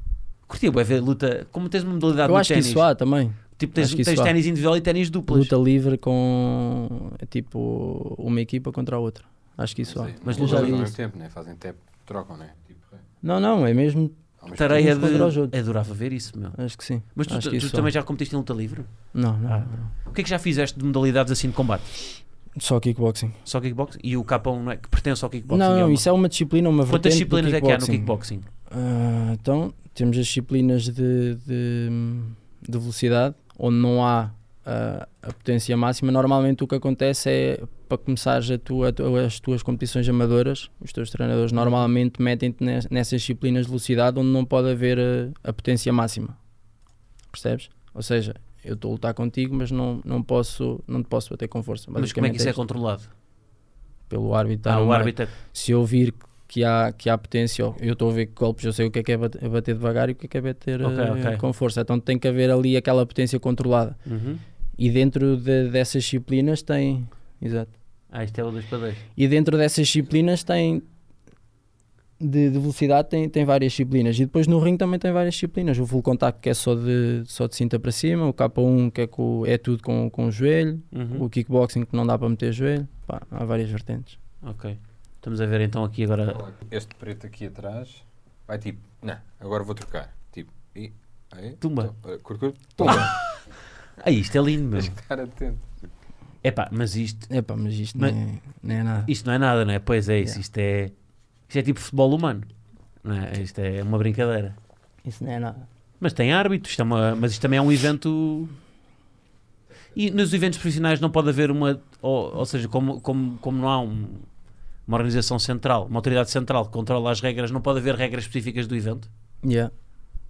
Curtia bué ver luta, como tens uma modalidade Eu no acho que ténis, isso há também. tipo tens, acho que isso tens há. ténis individual e ténis duplas, Luta livre com é tipo uma equipa contra a outra. Acho que isso há. Mas mas não não já jogam vi isso. ao mesmo tempo, né? fazem tempo, trocam, né? Tipo, é. Não, não, é mesmo. Ao mesmo tareia uns contra os de... outros. Adorava ver isso, meu. Acho que sim. Mas tu, acho tu que isso há. também já competiste em luta livre? Não, não. Ah. não. O que é que já fizeste de modalidades assim de combate? Só kickboxing. Só kickboxing? E o K1, não é? Que pertence ao kickboxing? não, é não, uma- isso é uma disciplina, uma Quantas vertente do disciplinas é que há no kickboxing. kickboxing? Ah, então, temos as disciplinas de, de, de velocidade, onde não há a, a potência máxima, normalmente o que acontece é para começares a tua, a tua- as tuas competições amadoras, os teus treinadores normalmente metem-te nes- nessas disciplinas de velocidade onde não pode haver eh, a, potência máxima. Percebes? Ou seja, eu estou a lutar contigo, mas não, não, posso, não te posso bater com força. Mas como é que isso é isto. controlado? Pelo árbitro. Ah, dar o uma- árbitro. Se eu vir que há, que há potência, ou eu estou a ver golpes, eu sei o que é que é bate- bater devagar e o que é que é bater Ok, eh, ok. com força. Então tem que haver ali aquela potência controlada. Uhum. E dentro de- dessas disciplinas tem. Exato. Ah, isto é o 2 para 2. E dentro dessas disciplinas tem. De, de velocidade tem, tem várias disciplinas. E depois no ringue também tem várias disciplinas. O full contact que é só de, só de cinta para cima, o K1 que é, com, é tudo com, com o joelho, Uhum. o kickboxing que não dá para meter joelho. Pá, há várias vertentes. Ok. Estamos a ver então aqui agora. Este preto aqui atrás vai tipo, não, agora vou trocar. Tipo, e. Aí, Tumba. to- eh, Curcur, tumba. Ah, isto é lindo, meu. Tens que estar atento. Epá, mas isto, É pá, mas isto Mas- nem, nem é nada. isto não é nada, não é? Pois é, isso. Yeah. Isto é, isto é tipo futebol humano. Não é? Isto é uma brincadeira. Isso não é nada. Mas tem árbitros, isto é uma- mas isto também é um evento. E nos eventos profissionais não pode haver uma. Ou, ou seja, como, como, como não há um- uma organização central, uma autoridade central que controla as regras, não pode haver regras específicas do evento. Yeah.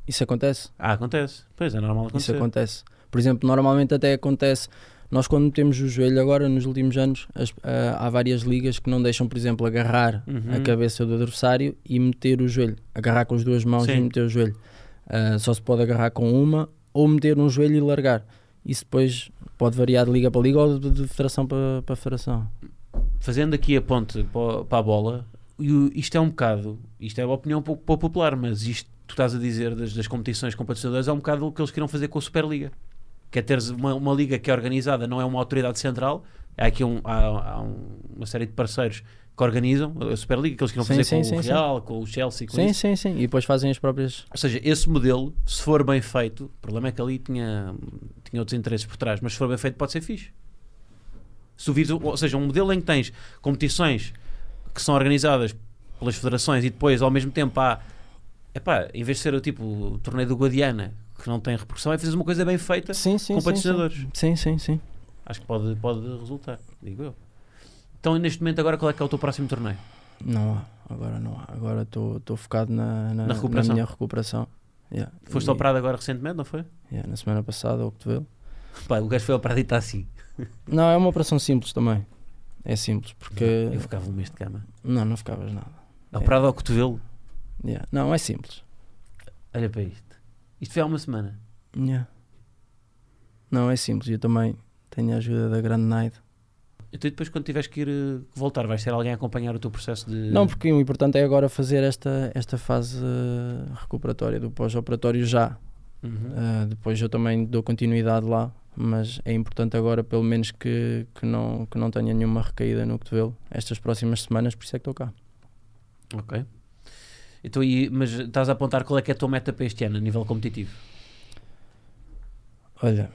Isso acontece. Ah, acontece. Pois é, normal Isso acontecer. acontece. Por exemplo, normalmente até acontece. Nós, quando metemos o joelho agora, nos últimos anos, as- ah, há várias ligas que não deixam, por exemplo, agarrar Uhum. a cabeça do adversário e meter o joelho. Agarrar com as duas mãos Sim. e meter o joelho. Ah, só se pode agarrar com uma ou meter um joelho e largar. Isso depois pode variar de liga para liga ou de, de federação para, para federação. Fazendo aqui a ponte para, a bola, e o- isto é um bocado. Isto é uma opinião pouco, pouco popular, mas isto que tu estás a dizer das, das competições com patrocinadores é um bocado o que eles queriam fazer com a Superliga. Que é teres uma, uma liga que é organizada, não é uma autoridade central. Há aqui um- há- há um- uma série de parceiros que organizam a Superliga, que eles queriam Sim, fazer sim, com sim, o sim. Real, com o Chelsea, com Sim, isso. sim, sim. E depois fazem as próprias. Ou seja, esse modelo, se for bem feito, o problema é que ali tinha, tinha outros interesses por trás, mas se for bem feito, pode ser fixe. Se tu vires, o- ou seja, um modelo em que tens competições que são organizadas pelas federações e depois, ao mesmo tempo, há. Epá, em vez de ser o tipo o torneio do Guadiana, que não tem repercussão, é fazer uma coisa bem feita Sim, sim, com sim, sim. patrocinadores. Sim, sim, sim. Acho que pode, pode resultar, digo eu. Então, neste momento, agora, qual é que é o teu próximo torneio? Não há, agora não há. Agora estou focado na, na, Na recuperação. minha recuperação. Yeah. Foste E- operado agora recentemente, não foi? yeah, na semana passada, ao cotovelo. Pá, o gajo foi operado e está assim. Não, é uma operação simples também. É simples, porque. Eu ficava um mês de cama. Não, não ficavas nada. É. Operado ao cotovelo. Yeah. Não, é simples. Olha para isto. Isto foi há uma semana. Yeah. Não, é simples. Eu também tenho a ajuda da grande Naide. Então e depois quando tiveres que ir eh, voltar, vais ter alguém a acompanhar o teu processo de... Não, porque o importante é agora fazer esta, esta fase eh, recuperatória do pós-operatório já. Uhum. Uh, depois eu também dou continuidade lá, mas é importante agora, pelo menos, que, que, não, que não tenha nenhuma recaída no cotovelo estas próximas semanas, por isso é que estou cá. É. Ok. Então, e, mas estás a apontar qual é que é a tua meta para este ano, a nível competitivo? Olha,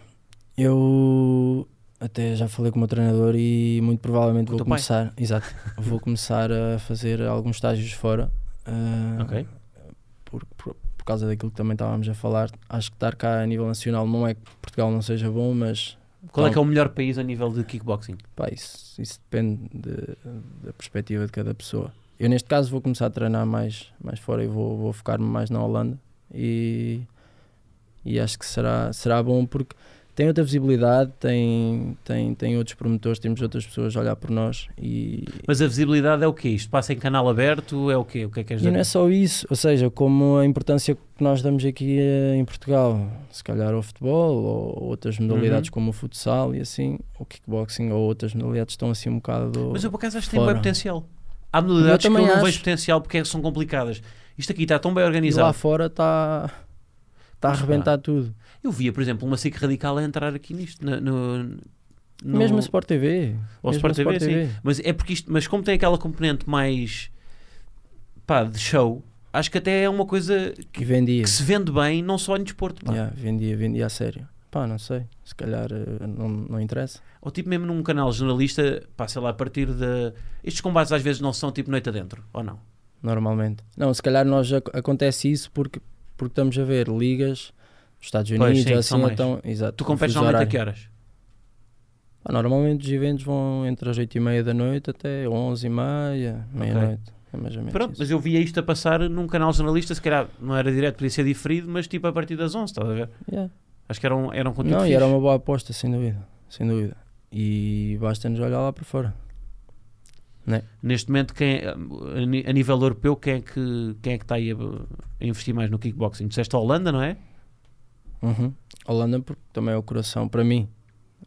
eu até já falei com o meu treinador e muito provavelmente Com o teu vou pai? começar, exato, vou começar a fazer alguns estágios fora. uh, Ok. por, por, por causa daquilo que também estávamos a falar, acho que estar cá a nível nacional não é que Portugal não seja bom, mas Qual é Então- que é o melhor país a nível de kickboxing? Pá, isso, isso depende de- da perspectiva de cada pessoa. Eu, neste caso, vou começar a treinar mais, mais fora e vou, vou focar-me mais na Holanda. E, e acho que será, será bom porque tem outra visibilidade, tem, tem, tem outros promotores, temos outras pessoas a olhar por nós. E, Mas a visibilidade é o quê? Isto passa em canal aberto? É o quê? O que é que és e não é da- só isso, ou seja, como a importância que nós damos aqui eh, em Portugal, se calhar ao futebol ou outras modalidades Uhum. como o futsal e assim, o kickboxing ou outras modalidades estão assim um bocado. Mas eu por acaso acho que tem bem Fora. potencial. Há modalidades que eu também não acho. vejo potencial porque é que são complicadas. Isto aqui está tão bem E lá organizado. fora está tá a Mas pá. arrebentar tudo. Eu via, por exemplo, uma SIC radical a entrar aqui nisto. na- No, no- Mesmo a Sport TV. Ou mesmo Sport TV, a sim. Mas é porque isto, mas como tem aquela componente mais pá, de show, acho que até é uma coisa Que que, vendia. que se vende bem, não só em desporto, pá. Yeah, vendia, vendia a sério. Pá, não sei. Se calhar eh, não, não interessa. Ou tipo mesmo num canal jornalista, pá, sei lá, a partir de. Estes combates às vezes não são tipo noite adentro, ou não? Normalmente. Não, se calhar nós ac- acontece isso porque, porque estamos a ver ligas dos Estados Pois, Unidos, sim, são assim, mais. então. Exato, Tu com competes fuso normalmente a horário. que horas? Pá, normalmente os eventos vão entre as 8h30 da noite até 11h30, meia-noite. É mais ou menos Pronto, isso. mas eu via isto a passar num canal jornalista, se calhar não era direto, podia ser diferido, mas tipo a partir das 11, estás a ver? Yeah. Acho que era um, era um conteúdo Não, e fixe. era uma boa aposta, sem dúvida. Sem dúvida. E basta-nos olhar lá para fora. Neste momento, quem, é- a ni- a nível europeu, quem é que, quem é que está aí a, a investir mais no kickboxing? Disseste a Holanda, não é? Uhum. Holanda, porque também é o coração, para mim,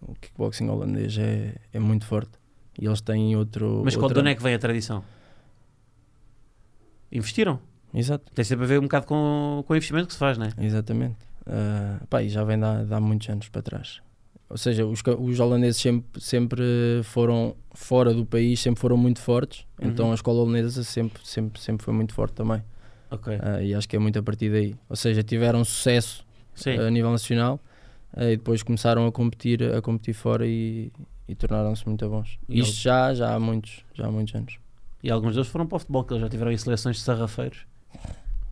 o kickboxing holandês é, é muito forte. E eles têm outro. Mas qual de outra... onde é que vem a tradição? Investiram. Exato, Tem sempre a ver um bocado com, com o investimento que se faz, não é? exatamente. Ah, pá, e já vem de há, de há muitos anos para trás. Ou seja, os, ca- os holandeses sempre, sempre foram fora do país, sempre foram muito fortes. Uhum. Então a escola holandesa sempre, sempre, sempre foi muito forte também. Ok. Ah, e acho que é muito a partir daí. Ou seja, tiveram sucesso Sim. a nível nacional eh, e depois começaram a competir a competir fora e, e tornaram-se muito bons. E Isto já, já há muitos, já há muitos anos. E alguns deles foram para o futebol, que eles já tiveram aí seleções de sarrafeiros.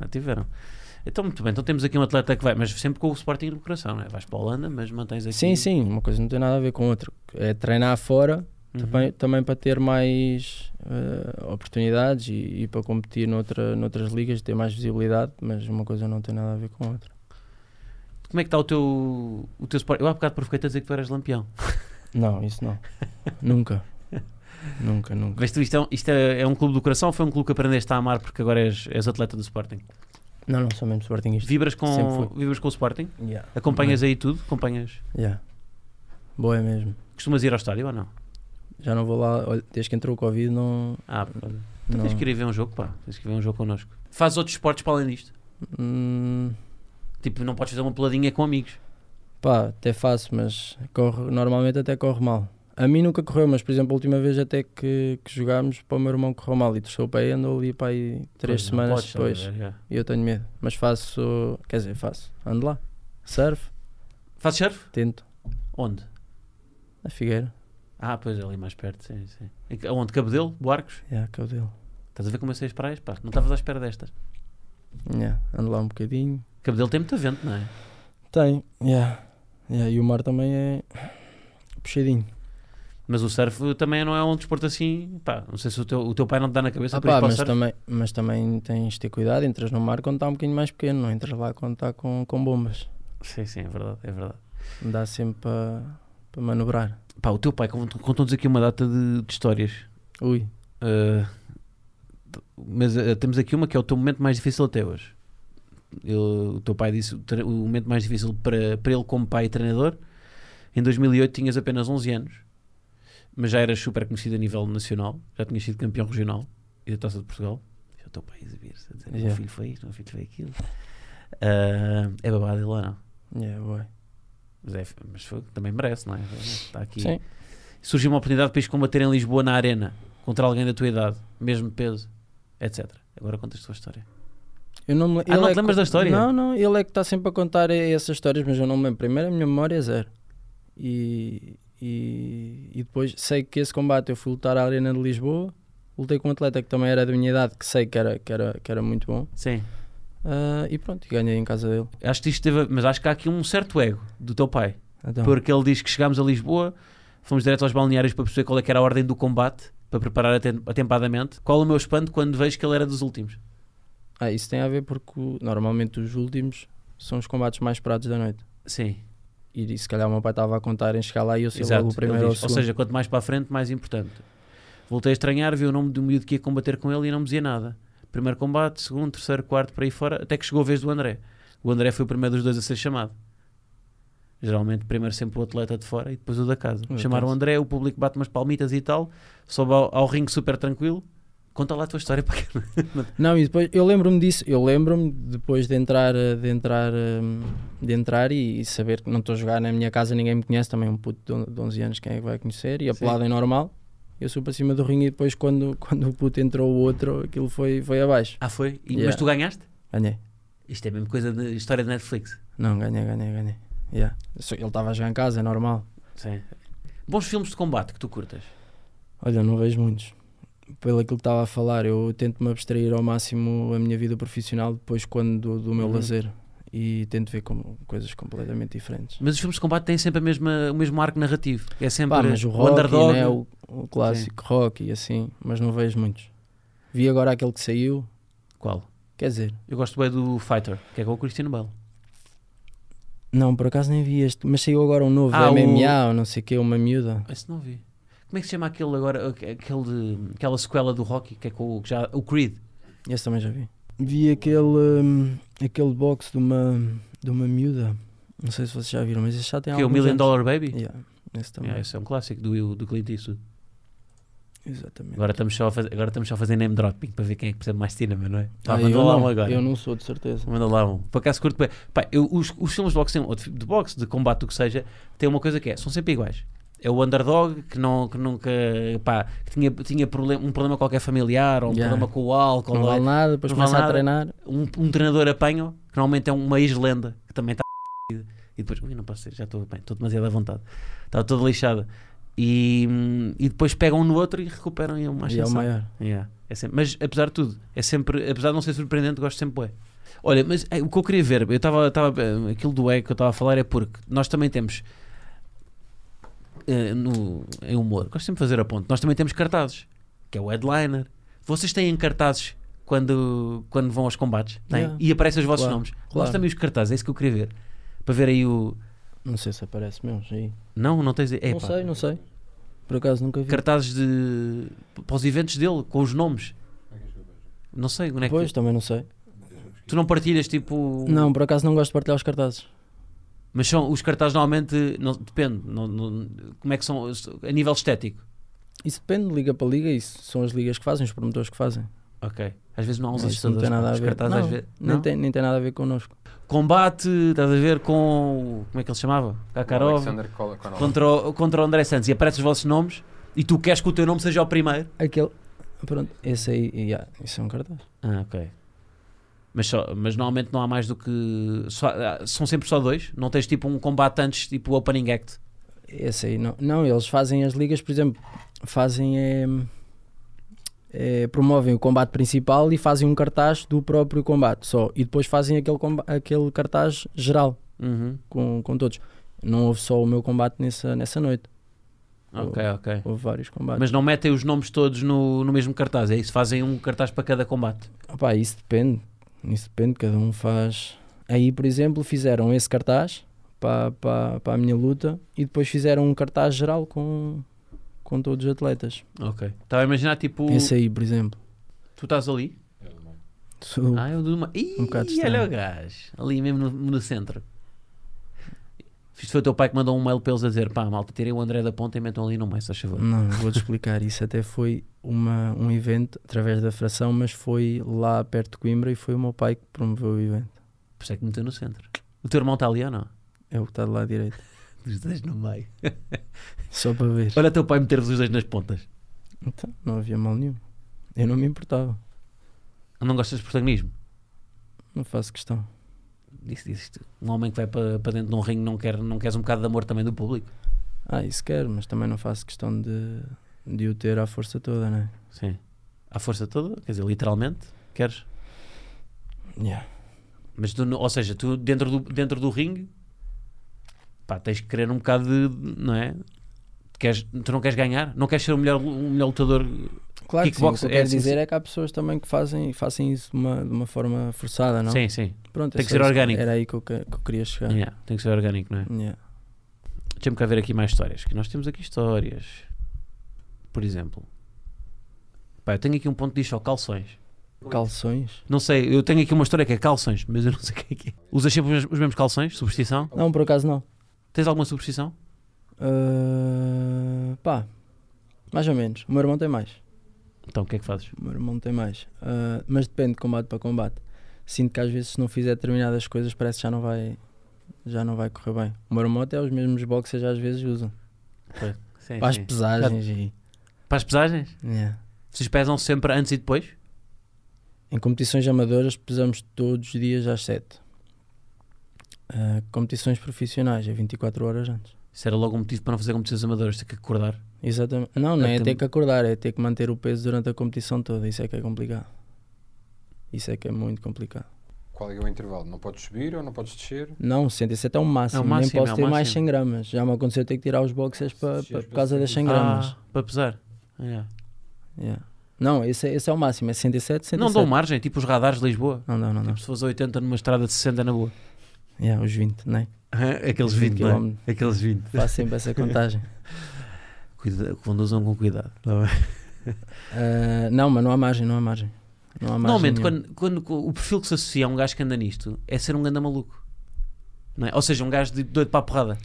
Já tiveram. Então, muito bem. Então temos aqui um atleta que vai, mas sempre com o Sporting no coração, não é? Vais para a Holanda, mas mantens aqui... Sim, sim, uma coisa não tem nada a ver com outra. É treinar fora Uhum. também, também para ter mais eh, oportunidades e, e para competir noutra, noutras ligas, ter mais visibilidade, mas uma coisa não tem nada a ver com a outra. Como é que está o teu, o teu Sporting? Eu há bocado provoquei-te a dizer que tu eras lampião. Não, isso não. nunca. Nunca, nunca. Vês tu, isto, é, um- isto é, é um clube do coração ou foi um clube que aprendeste a amar porque agora és, és atleta do Sporting? Não, não sou mesmo Sportingista. Vibras Sempre com, fui. vibras com o Sporting? Yeah. Acompanhas aí tudo? Acompanhas? Yeah. Boa é mesmo. Costumas ir ao estádio ou não? Já não vou lá, olha, desde que entrou o Covid não, Ah, pronto. Tu Não. tens que ir ver um jogo, pá. Tens que ir ver um jogo connosco. Fazes outros esportes para além disto? Hum, Tipo, não podes fazer uma peladinha com amigos. pá, até faço, mas corre, normalmente até corre mal. A mim nunca correu, mas por exemplo, a última vez até que, que jogámos para o meu irmão correu mal e torceu o pé e andou ali para aí três Pois, não podes, é, semanas estás a depois. ver, já. E eu tenho medo, mas faço, quer dizer, faço, ando lá, surf, Fazes surf? tento, Onde? a Figueira, Ah, pois ali mais perto, sim, sim. Em É que- Onde? Cabedelo? Barcos? yeah, que é o dele. Estás a ver como eu sei as praias? Pá, não estavas à espera destas. Yeah, ando lá um bocadinho. Cabedelo tem muito vento, não é? Tem, yeah, yeah, e o mar também é puxadinho. Mas o surf também não é um desporto assim. Pá, não sei se o teu, o teu pai não te dá na cabeça Ah, por isso pá, para o mas, surf. também, mas também tens de ter cuidado, entras no mar quando está um bocadinho mais pequeno, não entras lá quando está com, com bombas. Sim, sim, é verdade, é verdade. Dá sempre para manobrar. Pá, o teu pai cont- contou-nos aqui uma data de, de histórias. Ui, Ah, t- mas ah, temos aqui uma que é o teu momento mais difícil até hoje. Ele- o teu pai disse o, tre- o momento mais difícil para, para ele como pai e treinador. Em 2008 tinhas apenas 11 anos, mas já eras super conhecido a nível nacional, já tinhas sido campeão regional e da Taça de Portugal. Já o teu pai a exibir-se, a dizer, meu Yeah. filho foi isto, meu filho foi aquilo. Ah, é babado ele ou não? yeah, é, boy. Mas, é- mas foi- também merece, não é? Está aqui Sim, surgiu uma oportunidade para ires combater em Lisboa na arena contra alguém da tua idade, mesmo peso, etc. Agora contas a tua história. eu não me lem- Ah, não ele te é que lembras da con- história? Não, não, ele é que está sempre a contar eh, essas histórias, mas eu não me lembro. Primeiro a minha memória é zero. E, e, e depois sei que esse combate eu fui lutar à Arena de Lisboa, lutei com um atleta que também era da minha idade, que sei que era, que era, que era muito bom, Sim. Ah, e pronto, e ganhei em casa dele. Acho que isto teve, a- mas acho que há aqui um certo ego do teu pai, Então, porque ele diz que chegámos a Lisboa, fomos direto aos balneários para perceber qual é que era a ordem do combate, para preparar atem- atempadamente. Qual o meu espanto quando vejo que ele era dos últimos? Ah, isso tem a ver porque o- normalmente os últimos são os combates mais esperados da noite. Sim, E se calhar o meu pai estava a contar em chegar lá e eu sei exato. logo o primeiro Ele ou o diz, ou segundo. seja, quanto mais para a frente, mais importante. Voltei a estranhar, vi o nome do miúdo que ia combater com ele e não me dizia nada. Primeiro combate, segundo, terceiro, quarto, para aí fora, até que chegou a vez do André. O André foi o primeiro dos dois a ser chamado. Geralmente, primeiro sempre o atleta de fora e depois o da casa. da Chamaram É o casa. André, o público bate umas palmitas e tal, sobe ao, ao ringue super tranquilo. Conta lá a tua história para cá. Não, e depois eu lembro-me disso, eu lembro-me depois de entrar, eh, de entrar, hum, de entrar e, e saber que não estou a jogar na minha casa, ninguém me conhece, também um puto de on- de 11 anos, quem é que vai conhecer? E a Sim. pelada é normal. Eu subo para cima do ringue e depois quando, quando o puto entrou o outro, aquilo foi, foi abaixo. Ah, foi? E- Mas Yeah. tu ganhaste? Ganhei. Isto é a mesma coisa de história de Netflix. Não, ganhei, ganhei, ganhei. Yeah. Só- Ele estava a jogar em casa, é normal. Sim. Bons filmes de combate que tu curtas. Olha, eu não vejo muitos. Pelo aquilo que estava a falar, eu tento me abstrair ao máximo a minha vida profissional depois quando do, do meu Uhum. lazer. e tento ver como, coisas completamente diferentes. Mas os filmes de combate têm sempre a mesma, o mesmo arco narrativo. É sempre Pá, mas o o rock, underdog. né, o, o clássico rock e assim, mas não vejo muitos. Vi agora aquele que saiu, Qual? quer dizer, Eu gosto bem do Fighter, que é com o Cristiano Bale. não, por acaso nem vi este, mas saiu agora um novo Ah, o- MMA ou não sei o que, uma miúda. Ah, Esse não vi. Como é que se chama aquele agora, aquele, aquela sequela do Rocky, que é com o, que já, o Creed? Esse também já vi. Vi aquele, hum, aquele box de uma, de uma miúda, não sei se vocês já viram, mas esse já tem que é o alguns Million anos. Dollar Baby? Yeah, esse também. Yeah, esse é um clássico do, do Clint Eastwood. Exatamente. Agora estamos, só a fazer, agora estamos só a fazer name dropping para ver quem é que percebe mais cinema, não é? Pá, Ah, manda eu, lá não, um agora. eu não sou, de certeza. Manda lá um. Por acaso curto bem. Pá, eu, os, os filmes de boxe, têm- ou de, fi- de boxe, de combate, o que seja, têm uma coisa que é, são sempre iguais. É o underdog que, não, que nunca, pá, que tinha, tinha problema, um problema qualquer familiar, ou um Yeah. problema com o álcool, Não é ou- vale nada, depois não começa vale a nada. treinar. um, um treinador apanha, que normalmente é uma ex-lenda, que também está e depois, ui, não posso ser, já estou bem, estou demasiado à vontade, estava toda lixada. E, hum, e depois pegam um no outro e recuperam e é uma E é o ascensão. maior. Yeah, é sempre- mas apesar de tudo, é sempre, apesar de não ser surpreendente, gosto sempre bué. Olha, mas eh, o que eu queria ver, eu estava, estava, eh, aquilo do é que eu estava a falar é porque nós também temos eh, no, em humor, gosto sempre de fazer a ponte, nós também temos cartazes, que é o headliner. Vocês têm cartazes quando, quando vão aos combates? Têm? Yeah. E aparecem os vossos Claro, nomes. Nós claro. também os cartazes, é isso que eu queria ver. Para ver aí o. Não sei se aparece mesmo. Aí. Não, não tens. Epá, Não sei, não sei. Por acaso nunca vi. Cartazes de. para os eventos dele, com os nomes. Não sei, onde é que. Pois, também não sei. Tu não partilhas tipo. Não, por acaso não gosto de partilhar os cartazes. Mas são, os cartazes normalmente. Não, depende. não- não- como é que são. A nível estético. Isso depende de liga para liga, isso são as ligas que fazem, os promotores que fazem. Ok. Às vezes não há uns Isso não assustadores. tem nada pá. a Os ver. cartazes Não, às vezes. nem, não? Tem, nem tem nada a ver connosco. Combate, estás a ver com. o- Como é que ele se chamava? O Kakarov. Alexander Col- Conal. Contra o, contra o André Santos. E aparecem os vossos nomes. E tu queres que o teu nome seja o primeiro. Aquele. Pronto, esse aí, yeah, isso é um cartaz. Ah, ok. Mas, só, mas normalmente não há mais do que. só- ah, são sempre só dois? Não tens tipo um combate antes, tipo opening act? Esse aí não. Não, eles fazem as ligas, por exemplo, fazem. É, é, promovem o combate principal e fazem um cartaz do próprio combate só. E depois fazem aquele, comba- aquele cartaz geral Uhum. com, com todos. Não houve só o meu combate nessa, nessa noite, Ah, Ok, ok. houve vários combates. Mas não metem os nomes todos no, no mesmo cartaz, é isso? Fazem um cartaz para cada combate. Opá, isso depende. Isso depende, cada um faz. Aí, por exemplo, fizeram esse cartaz para, para, para a minha luta e depois fizeram um cartaz geral com, com todos os atletas. Ok. Estava a imaginar, tipo, Esse é aí, por exemplo. tu estás ali. Sou- Ah, eu dou uma. Ih, Um bocado olha estranho. o gajo. Ali mesmo no, no centro. Isto foi o teu pai que mandou um mail para eles a dizer: pá, malta, tirem o André da ponta e metam ali no meio, se faz favor. Não, vou-te explicar. Isso até foi uma, um evento através da fração, mas foi lá perto de Coimbra e foi o meu pai que promoveu o evento. Por isso é que meteu no centro. O teu irmão está ali ou não? É o que está de lá direito. Os dois no meio. Só para ver. Olha o teu pai meter-vos os dois nas pontas. Então, não havia mal nenhum. Eu não me importava. Não gostas de protagonismo? Não faço questão. Disse, disse tu. Um homem que vai para, para dentro de um ringue não, quer, não queres um bocado de amor também do público? Ah, isso quero, mas também não faço questão de, de o ter à força toda, né? Sim. À força toda, quer dizer, literalmente, queres? Yeah. Mas tu, não- ou seja, tu dentro do, dentro do ringue, pá, tens que querer um bocado de, não é? Queres, tu não queres ganhar? Não queres ser o melhor, o melhor lutador? Claro que sim, o que Kickboxer, eu é quero assim, dizer sim. é que há pessoas também que fazem, fazem isso de uma, de uma forma forçada, não? Sim, sim. Pronto, é Tem que só ser isso orgânico. Era aí que eu, que- que eu queria chegar. Yeah, tem que ser orgânico, não é? Yeah. Deixa-me cá ver aqui mais histórias. Que nós temos aqui histórias. Por exemplo, pá, eu tenho aqui um ponto disto, ó, calções. Calções? Não sei, eu tenho aqui uma história que é calções, mas eu não sei o que é que é. Usas sempre os mesmos- os mesmos calções? Superstição? Não, por acaso não. Tens alguma superstição? Ah, pá, mais ou menos. O meu irmão tem mais. Então, o que é que fazes? O meu irmão tem mais. Ah, mas depende de combate para combate. Sinto que às vezes se não fizer determinadas coisas parece que já não vai, já não vai correr bem. O meu irmão até os mesmos boxers às vezes usam. Sim, Para as sim. pesagens e... é. Para as pesagens? Yeah. Vocês pesam sempre antes e depois? Em competições amadoras pesamos todos os dias às 7. Ah, competições profissionais é 24 horas antes. Isso era logo um motivo para não fazer competições amadoras, ter que acordar. Exatamente. Não, não Ah, é tem- ter que acordar, é ter que manter o peso durante a competição toda. Isso é que é complicado. Isso é que é muito complicado. Qual é, que é o intervalo? Não podes subir ou não podes descer? Não, 107 é o máximo, É o máximo, nem posso é o ter mais máximo. 100 gramas. Já me aconteceu ter que tirar os boxers pa, Se pa- as por causa das pessoas- 100 gramas. Ah, para pesar. Yeah. Yeah. Não, esse, é- esse é o máximo, é 107, 107. Ah. Não dão margem, tipo os radares de Lisboa. Não, não, não. não. Tipo se fosse 80 numa estrada de 60 na boa. Yeah, os 20, né? Aqueles 20, 20, não é? quilómetros. Aqueles 20. Faço sempre essa contagem. conduzam com cuidado. Ah, não, mas não há margem, não há margem. Não há margem Normalmente, nenhuma. quando, quando co- o perfil que se associa a um gajo que anda nisto é ser um ganda maluco. Não é? Ou seja, um gajo de doido para a porrada.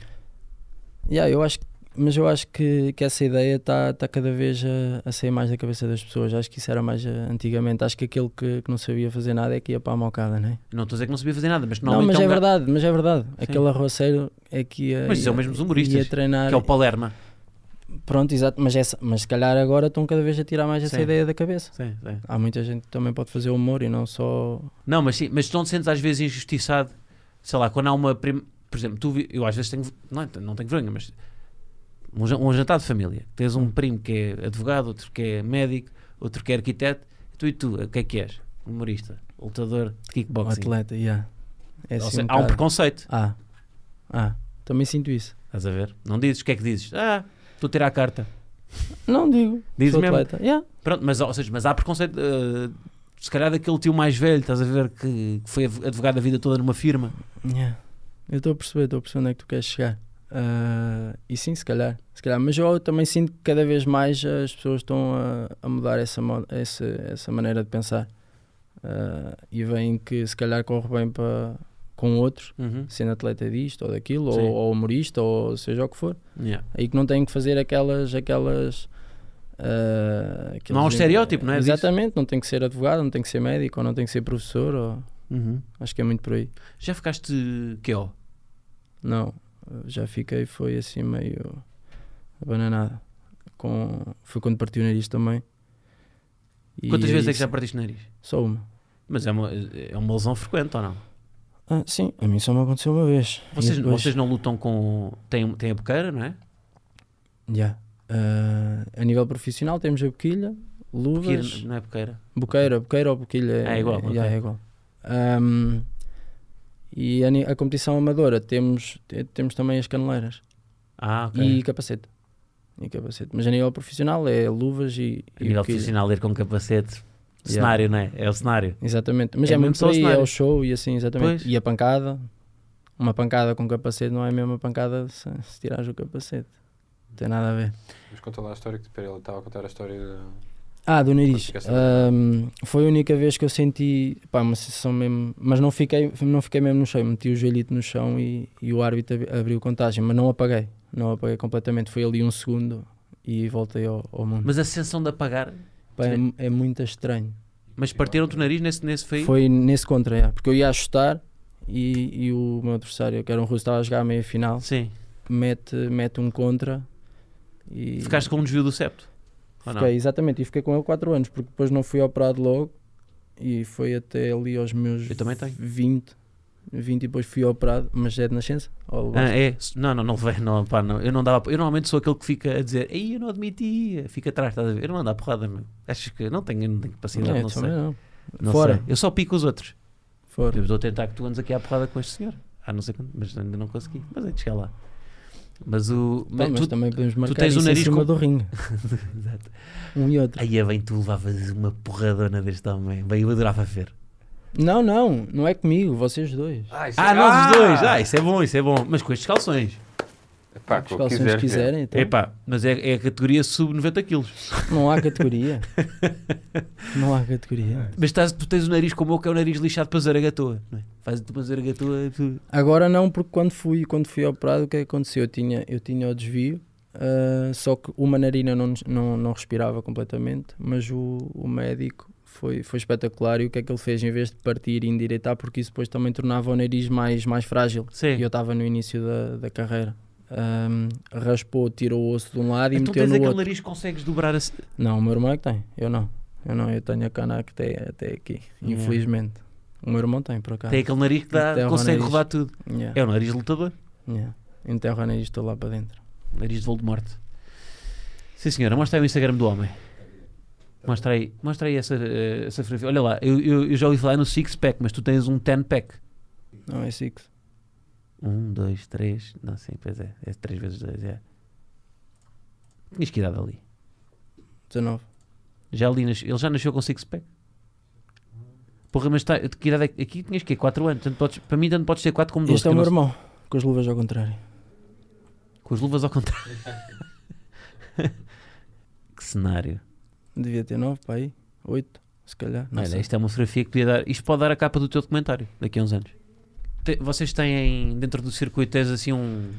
Yeah, eu acho que- mas eu acho que, que essa ideia está tá cada vez a, a sair mais da cabeça das pessoas. Acho que isso era mais ah, antigamente. Acho que aquele que, que não sabia fazer nada é que ia para a mocada, né? Não estou a dizer que não sabia fazer nada, mas Não, normalmente mas é é um gajo- verdade, mas é verdade. Aquele arroceiro é que ia. Mas isso é o ia- mesmo dos humoristas, Ia treinar. que é o Palerma. Pronto, exato. Mas, essa, mas se calhar agora estão cada vez a tirar mais essa Sim. ideia da cabeça. Sim, sim. Há muita gente que também pode fazer humor e não só. Não, mas sim, mas tu não te sentes às vezes injustiçado, sei lá, quando há uma. prim- Por exemplo, tu, vi- eu às vezes tenho. Não, é- não tenho vergonha, mas. Um, jan- um jantar de família. Tens um primo que é advogado, outro que é médico, outro que é arquiteto. Tu e tu, o que é que és? Humorista, lutador de Um kickboxing. atleta, yeah. É Ou assim seja, há um um bocado- preconceito, Ah, ah, também sinto isso. estás a ver? Não dizes o que é que dizes. Ah, estou a tirar a carta. Não digo. Diz sou mesmo. atleta. Yeah. Pronto, mas, ou seja, mas há preconceito. eh, se calhar daquele tio mais velho, estás a ver, que, que foi adv- advogado a vida toda numa firma. Yeah. Eu estou a perceber, estou a perceber onde é que tu queres chegar. Ah, e sim, se calhar, se calhar. Mas eu também sinto que cada vez mais as pessoas estão a, a mudar essa, mo- essa, essa maneira de pensar. Ah, e veem que se calhar corre bem para com outros, Uhum. sendo atleta disto ou daquilo, ou, Sim. ou humorista, ou seja o que for. Yeah. Aí que não têm que fazer aquelas. aquelas ah, aqueles- Não há um estereótipo, não é, disso? Exatamente, não tem que ser advogado, não tem que ser médico, ou não tem que ser professor, ou- Uhum. acho que é muito por aí. Já ficaste que ó? Não, já fiquei, foi assim meio abananado. Com, foi quando partiu o nariz também. E Quantas aí vezes é que já sim, partiste nariz? Só uma. Mas é uma, é uma lesão frequente ou não? Ah, sim, a mim só me aconteceu uma vez. E Vocês, depois- vocês não lutam com. Tem, tem a boqueira, não é? Já. Ah, a nível profissional temos a boquilha, Boqueira, luvas, não é boqueira. boqueira, boqueira ou boquilha. É igual, já, ok. é igual. Ahm, e a, ni- a competição amadora temos, te- temos também as caneleiras Ah, ok. e capacete. E capacete. Mas a nível profissional é luvas e, a e nível boquilha. profissional, ler com capacete. Yeah. Cenário, não é? É o cenário. Exatamente, mas É é, mesmo muito só por aí, cenário. é o show e assim, exatamente. Pois. E a pancada, uma pancada com capacete não é a mesma pancada se, se tirares o capacete, não tem nada a ver. Mas conta lá a história que pera, ele estava a contar a história de... Ah, do nariz, Ficaste a ver. Ahm, foi a única vez que eu senti, pá, uma sensação mesmo, mas não fiquei, não fiquei mesmo no chão, meti o joelhito no chão e, e o árbitro ab- abriu contagem, mas não apaguei, não apaguei completamente, foi ali um segundo e voltei ao, ao mundo. Mas a sensação de apagar. Pá, é, é muito estranho. Mas partiram-te o nariz nesse, nesse feio? Foi nesse contra, é, porque eu ia ajustar e, e o meu adversário, que era um russo, estava a jogar a meia final, Sim. mete, mete um contra e Ficaste com um desvio do septo? Ou não? fiquei, exatamente, e fiquei com ele 4 anos, porque depois não fui operado logo e foi até ali aos meus Eu também tenho. 20, 20 e depois fui operado, mas é de nascença? Ou Ah, é? Não, não, não levei, não, pá, não. Eu não dava. Eu normalmente sou aquele que fica a dizer, ei, eu não admitia, fica atrás, estás a ver? Eu não ando à porrada, meu. Acho que não tenho, não tenho capacidade, É, não sei. também não. Não Fora. sei. Eu só pico os outros. Fora. Eu estou a tentar que tu andes aqui à porrada com este senhor. Ah, não sei quando, mas ainda não consegui. Mas é de chegar lá. Mas o. Pá, Então, mas tu, também podemos marcar tens o isso nariz em cima com- do ringue, Exato. um e outro. Aí é bem, tu levavas uma porradona deste homem. Bem, eu adorava ver. Não, não, não é comigo, vocês dois. Ah, isso Ah, nós os dois! Ah, isso é bom, isso é bom. Mas com estes calções. Pá, Os com o que calções quiser, quiserem, então. Epá, mas é, é a categoria sub 90 quilos. Não há categoria. não há categoria. Mas estás- tu tens o nariz como eu, que é o nariz lixado para zaragatoa. não é? Faz-te uma zaragatoa. Tu... Agora não, porque quando fui, quando fui operado, o que é que aconteceu? Eu tinha, eu tinha o desvio, ah, só que uma narina não, não, não respirava completamente, mas o, o médico foi, foi espetacular e o que é que ele fez? Em vez de partir e endireitar, porque isso depois também tornava o nariz mais, mais frágil. Sim. E eu estava no início da, da carreira. Ahm, raspou, tirou o osso de um lado e Então meteu tens no aquele outro. nariz que consegues dobrar assim. Não, o meu irmão é que tem, eu não. Eu não, eu tenho a cana que tem até aqui, Yeah. infelizmente. O meu irmão tem, por acaso. Tem aquele nariz que dá, Enterra Tá. Então é o consegue nariz. rodar tudo. Yeah. É o nariz lutador. Yeah. Enterro a nariz, estou lá para dentro. Nariz de Voldemort. Sim, senhora, mostra aí o Instagram do homem. Mostra aí, mostra aí essa, eh, essa fotografia. Olha lá, eu, eu, eu já ouvi falar no six pack, mas tu tens um ten pack. Não é six. Um, dois, três. Não, sim, pois é. É três vezes dois, é. Tinhas que idade ali. 19. Já ali nas- ele já nasceu com six pack. Porra, mas tá, de que idade é que- aqui tinhas que é 4 anos. Tanto podes- para mim, tanto podes ter 4 como 12. Este é o que eu meu não irmão, com as luvas ao contrário. sei- Com as luvas ao contrário. que cenário. Devia ter 9, para aí. 8, se calhar. Não Olha, sei. isto é uma fotografia que podia dar. Isto pode dar a capa do teu documentário daqui a uns anos. Te- vocês têm dentro do circuito tens assim um.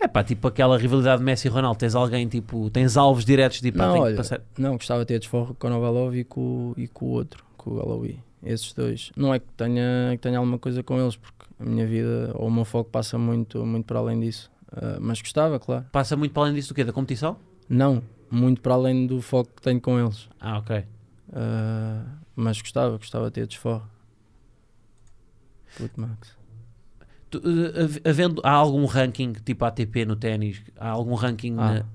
É pá, tipo aquela rivalidade Messi e Ronaldo. Tens alguém tipo. Tens alvos diretos de pá, Não, tipo tem que olha, passar. Não, gostava de ter desforro com o Novalov e com, e com o outro, com o Galawi. Esses dois. Não é que tenha, que tenha alguma coisa com eles, porque a minha vida ou o meu foco passa muito, muito para além disso. Ah, mas gostava, claro. Passa muito para além disso do quê? Da competição? Não, muito para além do foco que tenho com eles. Ah, ok. Ah, mas gostava, gostava de ter desforro. Puto Max. Tu, eh, hav- havendo, há algum ranking tipo ATP no ténis? Há algum ranking? Ah. na-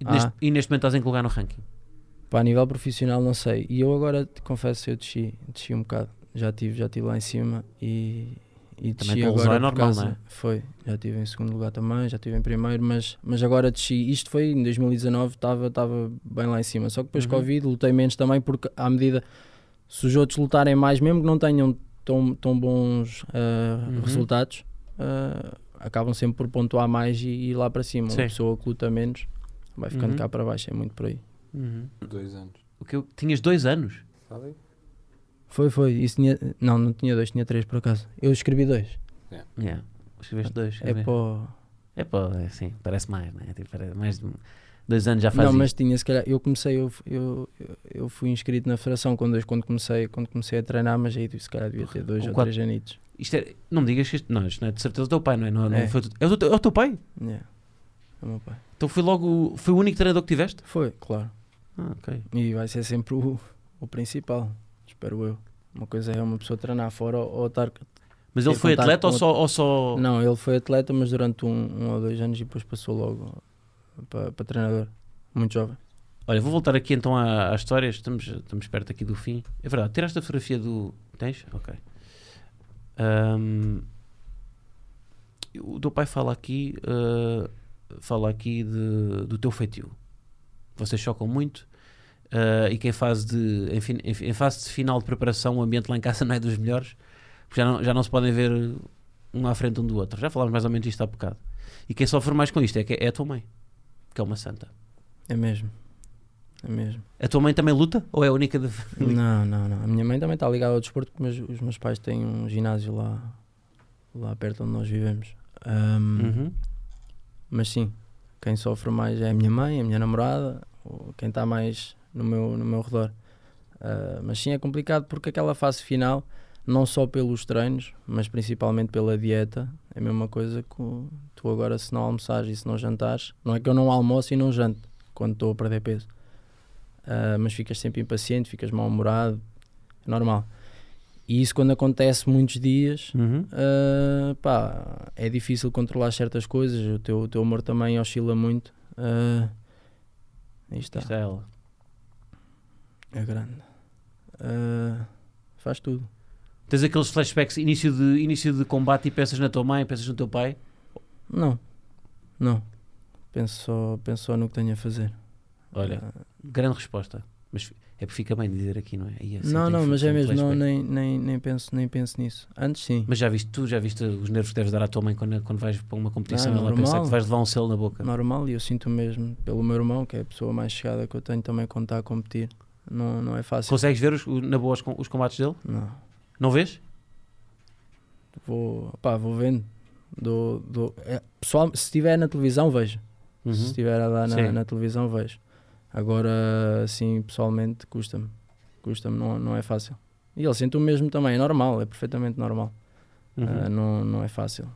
e neste- Ah. E neste momento estás em que lugar no ranking? Pá, a nível profissional não sei. E eu agora te confesso, eu desci, desci um bocado. Já tive, já tive lá em cima e, e Também desci com lesão agora é por normal, causa- não é? Foi, já tive em segundo lugar também, já tive em primeiro, mas mas agora desci. Isto foi em 2019, estava estava bem lá em cima. Só que depois Uhum. Covid lutei menos também porque à medida se os outros lutarem mais, mesmo que não tenham tão tão bons ah, Uhum. resultados, ah, acabam sempre por pontuar mais e, e ir lá para cima. Sim. Uma pessoa que luta menos vai ficando Uhum. cá para baixo, é muito por aí. Dois anos. O que eu- tinhas dois anos? Sabe? Foi, foi. Isso tinha... Não, não tinha dois, tinha três por acaso. Eu escrevi dois. Yeah. Escreveste dois. É escreve- pô. É pá, é assim, parece mais, né? Tipo, parece mais de dois anos já faz Não, isto. mas tinha, se calhar. Eu comecei, eu, eu, eu fui inscrito na federação com dois quando comecei, quando comecei a treinar, mas aí se calhar devia ter dois Com ou quatro. três anitos. Isto é- não me digas que isto, não, isto não é de certeza do teu pai, não é? Não, não É. foi do- é, o teu, é o teu pai? Yeah. É o meu pai. Então foi logo, o- foi o único treinador que tiveste? Foi, claro. Ah, ok. E vai ser sempre o, o principal, espero eu. Uma coisa é uma pessoa treinar fora ou, ou estar. Mas Ter ele foi contacto atleta ou com só, ou só... Não, ele foi atleta, mas durante um, um ou dois anos e depois passou logo para para treinador. Muito jovem. Olha, vou voltar aqui então à- às histórias, estamos, estamos perto aqui do fim. É verdade, tiraste a fotografia do... Tens? Ok. Ahm, o teu pai fala aqui, ah, fala aqui de- do teu feitio. Vocês chocam muito. ah, e que em fase, de, em, fin- em fi- em fase de final de preparação o ambiente lá em casa não é dos melhores, porque já não, já não se podem ver um à frente um do outro. Já falámos mais ou menos isto há bocado. E quem sofre mais com isto é, que- é a tua mãe, que é uma santa. É mesmo. É mesmo. A tua mãe também luta? Ou é a única de... Não, não, não. A minha mãe também está ligada ao desporto, mas os meus pais têm um ginásio lá, lá perto onde nós vivemos. Ahm, Uhum. Mas sim, quem sofre mais é a minha mãe, a minha namorada, ou quem está mais no meu, no meu redor. Ah, mas sim, é complicado porque aquela fase final, não só pelos treinos, mas principalmente pela dieta, é a mesma coisa que o- tu agora, se não almoçares e se não jantares, não é que eu não almoço e não janto quando estou a perder peso, Ah, mas ficas sempre impaciente, ficas mal-humorado, é normal. E isso, quando acontece muitos dias, Uhum. Uh, pá, é difícil controlar certas coisas, o teu, o teu humor também oscila muito. Uh, aí está, Isto é ela. é grande. Uh, faz tudo. Tens aqueles flashbacks início de, início de combate e pensas na tua mãe, pensas no teu pai. Não, não. Penso só, penso só no que tenho a fazer. Olha, Uh, grande resposta. Mas é porque fica bem dizer aqui, não é? Aí, assim, não, tem não, fi- mas é tem mesmo, não, flashback. nem, nem, nem, penso, nem penso nisso. Antes sim, Mas já viste tu, já viste os nervos que deves dar à tua mãe quando, quando vais para uma competição e Não, é ela pensar normal. que vais levar um selo na boca. normal, e eu sinto mesmo pelo meu irmão, que é a pessoa mais chegada que eu tenho também quando está a competir. Não, não é fácil. Consegues ver os, o- na boa os, com- os combates dele? Não. Não vês? Vou, pá, vou vendo. Dou, dou- é, pessoal, se estiver na televisão, vejo. Se Uhum. estiver a dar Sim. na, na televisão, vejo. Agora, assim, pessoalmente, custa-me. Custa-me, não, não é fácil. E ele sente o mesmo também, é normal, é perfeitamente normal. Uhum. Ah, não, não é fácil.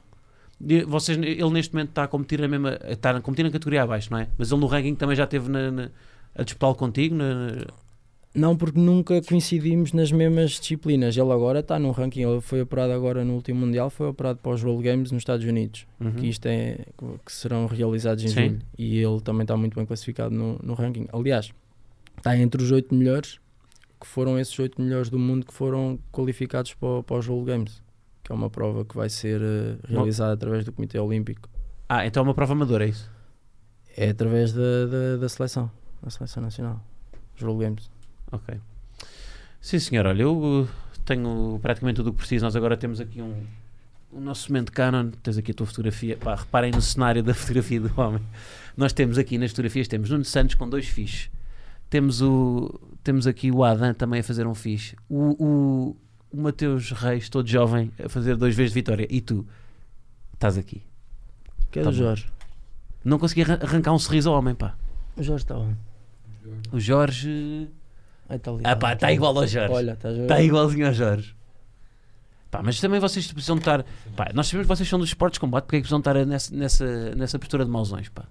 E Vocês, ele neste momento está a competir na mesma. Está a competir na categoria abaixo, não é? Mas ele no ranking também já esteve na, na- a disputá-lo contigo? na- na- Não, porque nunca coincidimos nas mesmas disciplinas. Ele agora está num ranking, ele foi operado agora no último Mundial, foi operado para os World Games nos Estados Unidos. Uhum. que isto é que serão realizados em Sim. julho e ele também está muito bem classificado no, no ranking. Aliás, está entre os oito melhores, que foram esses oito melhores do mundo que foram qualificados para, o- para os World Games, que é uma prova que vai ser eh, realizada através do Comitê Olímpico. Ah, então é uma prova amadora, é isso? É através da, da, da seleção, da seleção nacional, os World Games. Ok. Sim, senhor. Olha, eu uh, tenho praticamente tudo o que preciso. Nós agora temos aqui um. O nosso momento Canon, tens aqui a tua fotografia. Pá, reparem no cenário da fotografia do homem. Nós temos aqui nas fotografias, temos Nuno Santos com dois fiches. Temos o temos aqui o Adam também a fazer um fixe. O, o, o Mateus Reis, todo jovem, a fazer dois vezes de vitória. E tu estás aqui. Que é Tá do bom. Jorge. Não consegui arran- arrancar um sorriso ao homem, pá. O Jorge está onde? O Jorge. Ah, está ali. Ah, pá, está igual ao Jorge. Tá Olha, tá estás a ver? Está igualzinho ao Jorge. Pá, mas também vocês precisam de estar. Pá, nós sabemos que vocês são dos esportes de combate, porque é que precisam de estar nessa, nessa, nessa postura de mauzões, pá.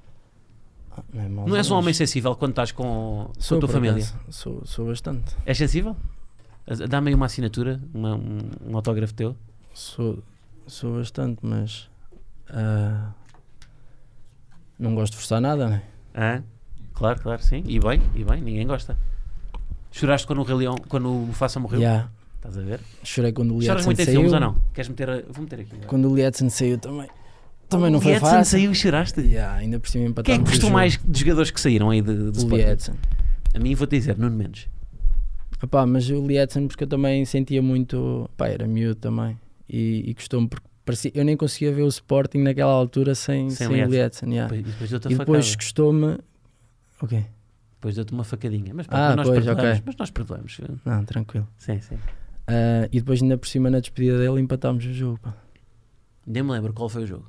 Ah, Não é, mau, Não és um mas- homem sensível quando estás com, com Sou, a tua por família. acaso. Sou, sou bastante. És sensível? Ah, Dá-me aí uma assinatura, uma- um, um autógrafo teu. Sou, sou bastante, mas. ah, não gosto de forçar nada, né? Hã? Claro, claro, sim. E bem, e bem, ninguém gosta. Choraste quando o Rei Leão, quando o Mufasa morreu? Já. Estás a ver? Chorei quando o Lee Choras Edson muito em saiu. filmes ou não? Queres meter a... Vou meter aqui. Quando o Lee Edson saiu também. Também não O foi Edson fácil. saiu e choraste? Já, ainda por cima Quem é empatámos. que o gostou jogo. mais de jogadores que saíram aí de, de O Sporting? Lee Edson. A mim vou-te dizer, Nuno Mendes. Epá, mas o Lee Edson, porque eu também sentia muito. Pá, era miúdo também. E, e custou-me, porque parecia, eu nem conseguia ver o Sporting naquela altura sem, Sem sem, Lee o Lee Edson. já. Depois, depois deu-te a Ah, E depois facada. custou-me. Ok, Depois deu-te uma facadinha. Mas, pá, Ah, mas nós pois, perdoamos. ok. Mas nós perdoamos. não, tranquilo. Sim, sim. Ah, e depois, ainda por cima, na despedida dele, empatámos o jogo. Pá. Nem me lembro qual foi o jogo.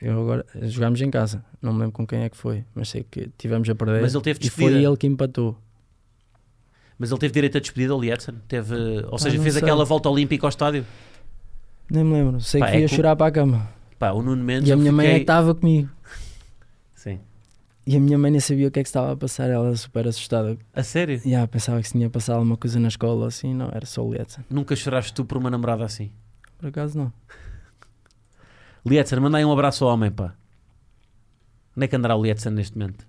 Eu agora jogámos em casa, não me lembro com quem é que foi, mas sei que tivemos a perder. Mas ele teve e foi despedida. ele que empatou. Mas ele teve direito a despedida, o Edson. Teve, ou seja, Ah, não fez sei. aquela volta olímpica ao estádio. Nem me lembro, sei Pá, que fui é a que- chorar para a cama. Pá, o Nuno Mendes. E a eu minha mãe é que fiquei... estava comigo. Sim. E a minha mãe nem sabia o que é que estava a passar, ela super assustada. A sério? E ah, pensava que se tinha passado alguma coisa na escola assim, não, era só o Lietzen. Nunca choraste tu por uma namorada assim. Por acaso não. Liedson, manda aí um abraço ao homem, pá. Onde é que andará o Liedson neste momento?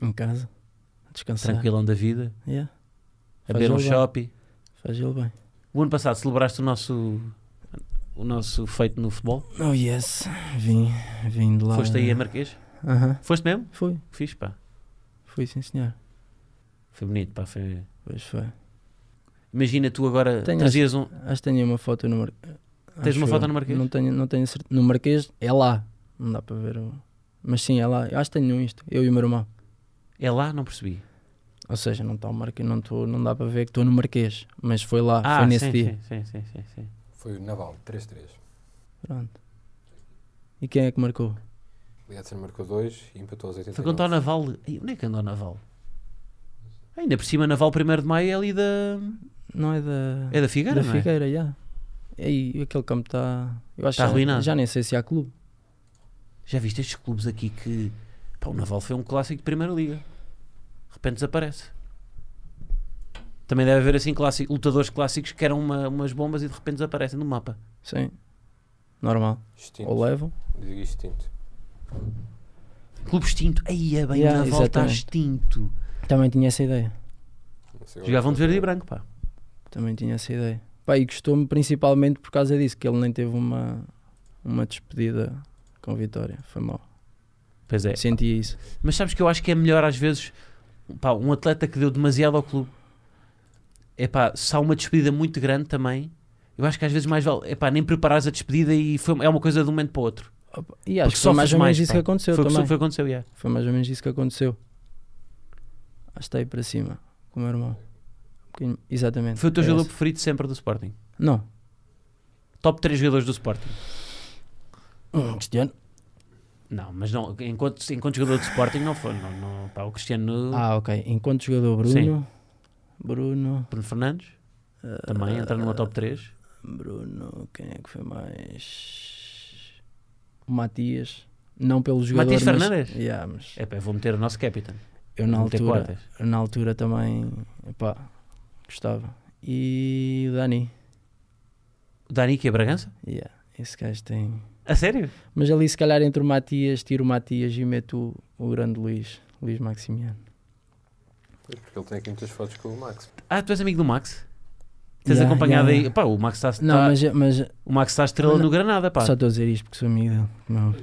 Em casa, a descansar. Tranquilão da vida, Yeah, a Faz beber um ele bem. shopping. faz ele bem. O ano passado celebraste o nosso, o nosso feito no futebol. Oh yes, vim, vim de lá. Foste aí a Marquês? Aham, Foste mesmo? fui, Fiz, pá. fui sim senhor. Foi bonito, pá. Foi... Pois foi. Imagina tu agora Tenho trazias um. Acho que tenho uma foto no Marquês. Tens uma foto no Marquês? Não tenho, não tenho certeza. No Marquês é lá. Não dá para ver. o- Mas sim, é lá. Eu Acho que tenho um Insta. Eu e o meu irmão. É lá? Não percebi. Ou seja, não está o Marquês, não, tô, não dá para ver que estou no Marquês. Mas foi lá, Ah, foi nesse Ah, sim, dia. Sim, sim, sim, sim, sim. Foi o Naval, 3-3. Pronto. E quem é que marcou? O Edson marcou 2 e empatou aos 89. Foi contar o Naval. Ei, Onde é que andou o Naval? Ainda por cima, Naval 1 de Maio é ali da. Não é da. É da Figueira, da não é? Figueira, já. E aí, aquele campo está. Eu acho Tá que já- arruinado. Já nem sei se há clube. Já viste estes clubes aqui que. Pá, o Naval foi um clássico de Primeira Liga. De repente desaparece. Também deve haver assim clássico, lutadores clássicos que eram uma- umas bombas e de repente desaparecem do mapa. Sim. Normal. Extinto. Ou levam. Digo extinto. Clube extinto. Aí é bem, Yeah, o Naval está exatamente. extinto. Também tinha essa ideia. Não sei é. agora Jogavam de qual verde e foi. branco, pá. Também tinha essa ideia. Pá, e gostou-me principalmente por causa disso, que ele nem teve uma, uma despedida com vitória. Foi mal. Pois é. Sentia isso. Mas sabes que eu acho que é melhor às vezes pá, um atleta que deu demasiado ao clube. É pá, se há uma despedida muito grande também, eu acho que às vezes mais vale é pá, nem preparares a despedida e foi, é uma coisa de um momento para o outro. Opa, E acho Porque que foi sofres mais ou menos mais, isso pá. que aconteceu foi o que também. foi o que aconteceu, yeah. Foi mais ou menos isso que aconteceu. Acho que aí para cima, com o meu irmão. Um bocadinho- Exatamente. Foi o teu é jogador esse. preferido sempre do Sporting. Não. Top 3 jogadores do Sporting. Hum, Um Cristiano. Não, mas não, enquanto, enquanto jogador do Sporting não foi. Não, não, pá, o Cristiano Ah, ok. Enquanto jogador Bruno. Bruno. Bruno Fernandes também ah, entra numa top 3. Bruno, quem é que foi mais? O Matias. Não pelo jogador. Matias mas- Fernandes? Yeah, mas É pá, vou meter o nosso capitão. eu na Vou meter altura. quartas. na altura também epá, gostava. E o Dani, O Dani que é Bragança? yeah, esse gajo tem. A sério? Mas ali se calhar entre o Matias, tiro o Matias e meto o, o grande Luís, Luís Maximiano. Porque ele tem aqui muitas fotos com o Max. Ah, tu és amigo do Max? Tens Yeah, acompanhado yeah, aí. yeah. Pá, o Max está Não, tá- mas, mas o Max está estrela Não. no Granada, pá. só estou a dizer isto porque sou amigo dele. Meu,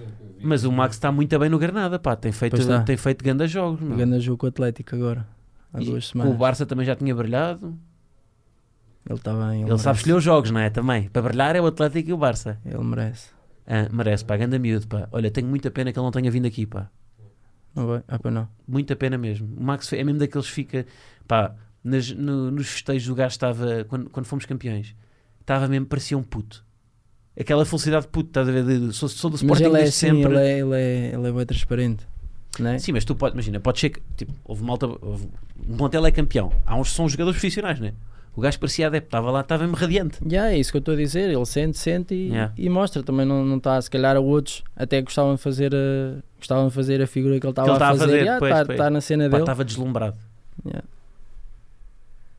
Mas o Max está muito bem no Granada, pá. Tem feito, Pois tá. está. tem feito grandes jogos, meu. Ganda jogo com o Atlético agora. Há E duas O semanas. Barça também já tinha brilhado. Ele está bem. Ele, Ele merece. sabe escolher os jogos, não é? Também. Para brilhar é o Atlético e o Barça. Ele merece. Ah, merece, pá. Ganda miúdo, pá. Olha, tenho muita pena que ele não tenha vindo aqui, pá. Não vai? Ah, pá, não. Muita pena mesmo. O Max é mesmo daqueles que fica. Pá, nas- no- nos festejos o gajo estava. Quando, quando fomos campeões, estava mesmo, parecia um puto. Aquela felicidade de puto, estás a ver? De, sou, sou do Mas Sporting ele é desde assim, sempre. ele é, ele é, ele é bem transparente. Né? Sim, mas tu podes, imagina, pode ser que. Tipo, houve malta. Houve, um plantel é campeão. Há uns que são jogadores profissionais, né? O gajo parecia adepto, estava lá, estava mesmo radiante. Yeah, é isso que eu estou a dizer. Ele sente, sente e, Yeah. e mostra. Também não não está, se calhar, a outros até gostavam de fazer a, gostavam de fazer a figura que ele estava ele a estava a fazer. fazer, Yeah, pois, tá- pois. tá na cena Pá, dele. estava deslumbrado. Yeah.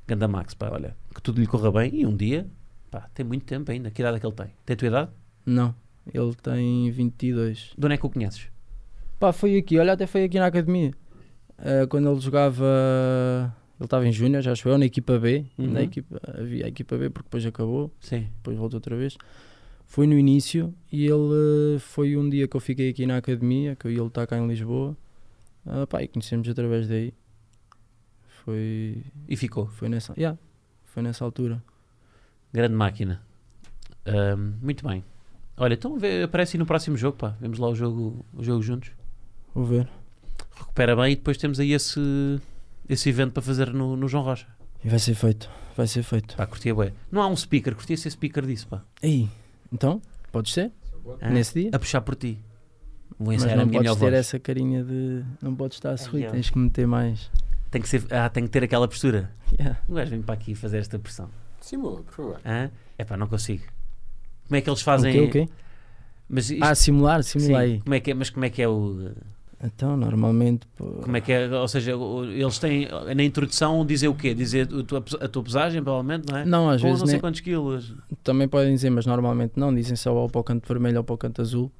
Ganda Max, pá, olha, que tudo lhe corra bem e um dia, pá, tem muito tempo ainda. Que idade é que ele tem? Tem a tua idade? Não, ele tem 22. De onde é que o conheces? Pá, foi aqui, olha, até foi aqui na academia. Ah, quando ele jogava. Ele estava em Júnior, já eu, na equipa B. Uhum. Na equipa, havia a equipa B, porque depois acabou, Sim. depois voltou outra vez. Foi no início e ele ah, foi um dia que eu fiquei aqui na academia, que eu e ele está cá em Lisboa. Ah, pá, e conhecemos através daí. Foi. E ficou. Foi nessa. Yeah, foi nessa altura. Grande máquina. Ahm, muito bem. Olha, então vê, aparece aí no próximo jogo, pá. Vemos lá o jogo, o jogo juntos. Vou ver. Recupera bem e depois temos aí esse, esse evento para fazer no, no João Rocha. E vai ser feito, vai ser feito. Pá, curtia bué. Não há um speaker, curtia ser speaker disso, pá. Aí, então, pode ser? Hã? Ah. Nesse dia? A puxar por ti. Vou Mas ensaiar Então, a não minha podes melhor ter voz. essa carinha de. Não podes estar a sorrir, yeah. tens que meter mais. Tem, que ser, ah, tem que ter aquela postura. Yeah. O gajo vem para aqui fazer esta pressão. Simula, por favor. Hã? É pá, não consigo. Como é que eles O fazem. quê, o quê? Mas isto- Ah, simular, sim, simula aí. como é que é, mas como é que é o. Então, normalmente. pô, Como é que é? Ou seja, o- eles têm na introdução dizer o quê? Dizer o tua- a tua pesagem, provavelmente, não é? Não, às Ou vezes não sei nem- quantos quilos. também podem dizer, mas normalmente não, dizem só ou para o canto vermelho ou para o canto azul.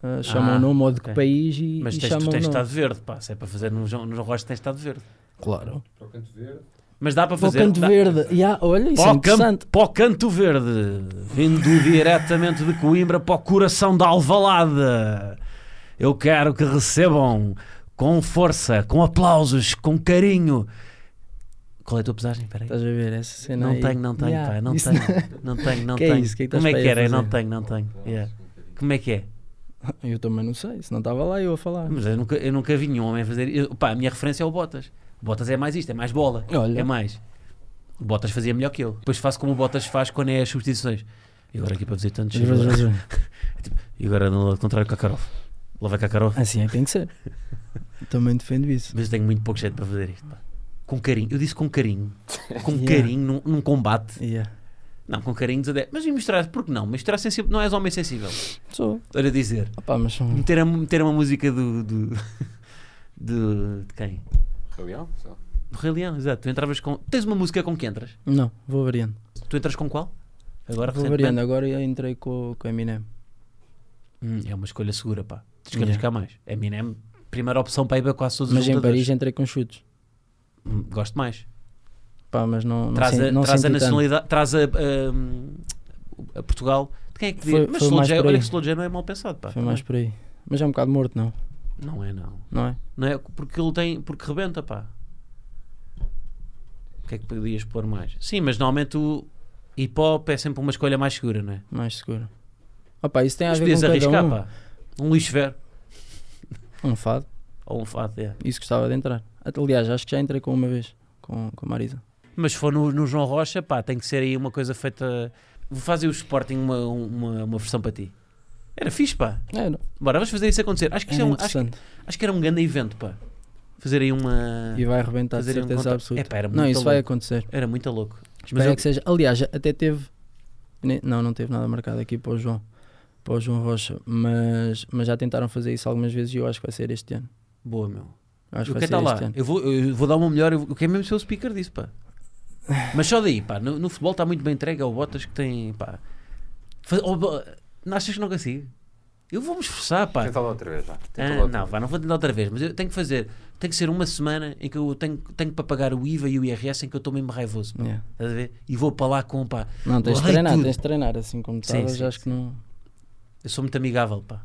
Ah, chamam Ah, o nome ou de ok. que país e, Mas e tens, chamam tu o tens nome. estado verde, pá. Se é para fazer no, João- no João Rocha, tens estado verde. Claro. Para o canto verde. Mas dá para Para o fazer. canto dá- verde. Yeah, olha, isso Para é o, interessante. campo, para o canto verde, vindo diretamente de Coimbra para o coração da Alvalada. Eu quero que recebam com força, com aplausos, com carinho. Qual é a tua pesagem? Espera aí. Estás a ver essa cena Não aí? tenho, não tenho, Yeah, pá, não isso tenho, não tenho, não Que é tenho. isso? Que é que Como é estás que para aí a era? Eu Não fazer? tenho, não tenho. Yeah. Como é que é? Eu também não sei, se não estava lá eu a falar. Mas eu nunca, eu nunca vi nenhum homem fazer. Eu, pá, a minha referência é o Botas. O Botas é mais isto, é mais bola. Olha. É mais. O Botas fazia melhor que eu. Depois faço como o Botas faz quando é as substituições. E agora aqui para dizer tantos. Às vezes- às E vezes- agora no lado contrário, Kakarov. Lá vai Kakarov. Assim é que tem que ser. Também defendo isso. Mas eu tenho muito pouco jeito para fazer isto. pá. Com carinho. Eu disse com carinho. Com Yeah. carinho num, num combate. Yeah. Não, com carinho desade. Mas e mostrar, porque não? Mostrar sensível. Não és homem sensível. Sou. Olha dizer. Opa, mas um- são- Meter, a- meter uma música do. do do- de quem? Rabião? Só. Do Rei Leão, exato. Tu entravas com. Tens uma música com que entras? Não, vou variando. Tu entras com qual? Agora Vou recentemente? variando. Agora eu entrei com, com Eminem. Hum, é uma escolha segura, pá. Tens que arriscar mais. Eminem, primeira opção para ir para quase todos os Mas em lutadores. Paris entrei com chutes. Hum, Gosto mais. Pá, mas não, não Traz senti- a, não traz a senti tanto. nacionalidade, traz a, hum, a Portugal. De quem é que Foi- diz? Mas foi Slow mais J, por olha aí. que Slow J não é mal pensado, pá. Foi mais por aí. Mas é um bocado morto, não? Não é, não. Não é? Não é porque ele tem. Porque rebenta, pá. O que é que podias pôr mais? Sim, mas normalmente o hip hop é sempre uma escolha mais segura, não é? Mais seguro. Opa, isso tem a Mas ver podias com cada arriscar, um. pá. Um lixo ver Um fado. ou um fado, é. Isso gostava de entrar. Até- Aliás, acho que já entrei com uma vez. Com, com a Marisa. Mas se for no, no João Rocha, pá, tem que ser aí uma coisa feita. Vou fazer o Sporting uma, uma, uma versão para ti. Era fixe, pá. Era, era Bora, vamos fazer isso acontecer. Acho que, É, isso é um, acho, interessante. acho que era um grande evento, pá. Fazer aí uma. E vai arrebentar de fazer aí um certeza contra- absoluta. É, pá, era muito Não, isso vai louco. acontecer. Era muito louco. Mas é Espero eu- que seja. Aliás, até teve. ne- Não, não teve nada marcado aqui para o João, para o João Rocha, mas, mas já tentaram fazer isso algumas vezes e eu acho que vai ser este ano. Boa, meu. Eu Acho eu que quero estar é vai ser tá lá. este ano. Eu vou, eu vou dar uma melhor. Eu eu quero mesmo ser o speaker disso, pá. Mas só daí, pá. No, no futebol está muito bem entregue ao Botas que tem, pá. Faz, ou, não achas que não consigo? Eu vou me esforçar, pá. Tenta lá outra vez já. Tenta Ah, lá outra não, vez. vá, não vou tentar outra vez, mas eu tenho que fazer. tem que ser uma semana em que eu tenho, tenho para pagar o IVA e o IRS em que eu estou mesmo raivoso. pá. Yeah. Estás a ver? E vou para lá com pá. É. Não, tens de Odeio treinar, tudo. tens de treinar assim como Sim, estavas, sim, acho que não. Eu sou muito amigável, pá.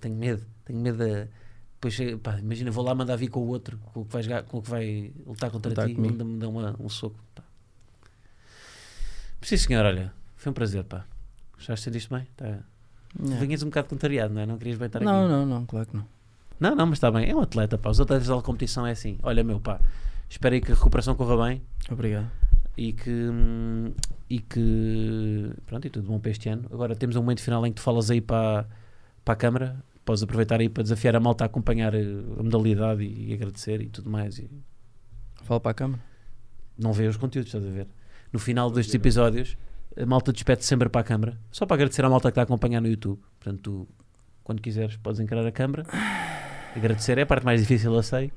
Tenho medo. Tenho medo da. Depois, eh, pá, imagina, vou lá mandar vir com o outro, com o que vai, jogar- com o que vai lutar contra Lutar ti, comigo. manda-me dar uma- um soco. Pá. Mas sim, senhor, olha, foi um prazer, pá. Gostaste disto bem? Tá. Yeah. Vinhas um bocado contrariado, não é? Não querias bem estar é. Não, aqui. não, não, claro que não. Não, não, mas está bem. É um atleta, pá. Os atletas da competição é assim. Olha, meu, pá. Espero aí que a recuperação corra bem Obrigado. e que. hum, E que. Pronto, e tudo bom para este ano. Agora temos um momento final em que tu falas aí para, para a Câmara. Podes aproveitar aí para desafiar a malta a acompanhar eh, a modalidade e, e agradecer e tudo mais. E Fala para a câmara. não vê os conteúdos, estás a ver? No final destes episódios, a malta despede sempre para a Câmara. Só para agradecer à malta que está a acompanhar no YouTube. Portanto, tu, quando quiseres, podes encarar a Câmara. Agradecer é a parte mais difícil, eu sei.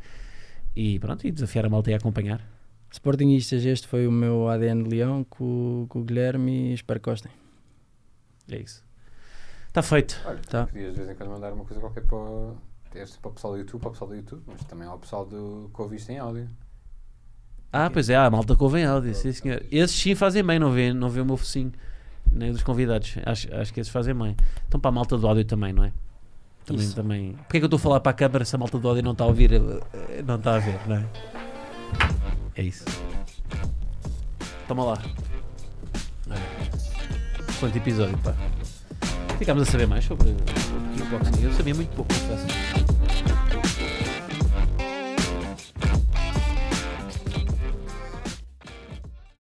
E pronto, e desafiar a malta aí a acompanhar. Sportingistas, este foi o meu ADN de Leão com, com o Guilherme e espero que gostem. É isso. Está feito. Olha, Tá. podias de vez em quando mandar uma coisa qualquer para, o- deve ser para o pessoal do YouTube, para o pessoal do YouTube, mas também ao pessoal do que ouviste em áudio. Ah, pois é, ah, a malta que ouve em áudio, sim senhor. Esses sim fazem bem, não vê, não vê o meu focinho, nem dos convidados. Acho, acho que esses fazem bem. Então para a malta do áudio também, não é? Também, Isso. também. Porquê é que eu estou a falar para a câmara se a malta do áudio não está a ouvir, eh, não está a ver, não é? É isso. Toma lá. Olha. Quanto episódio, pá. Ficámos a saber mais sobre sobre o kickboxing. Eu sabia muito pouco, confesso.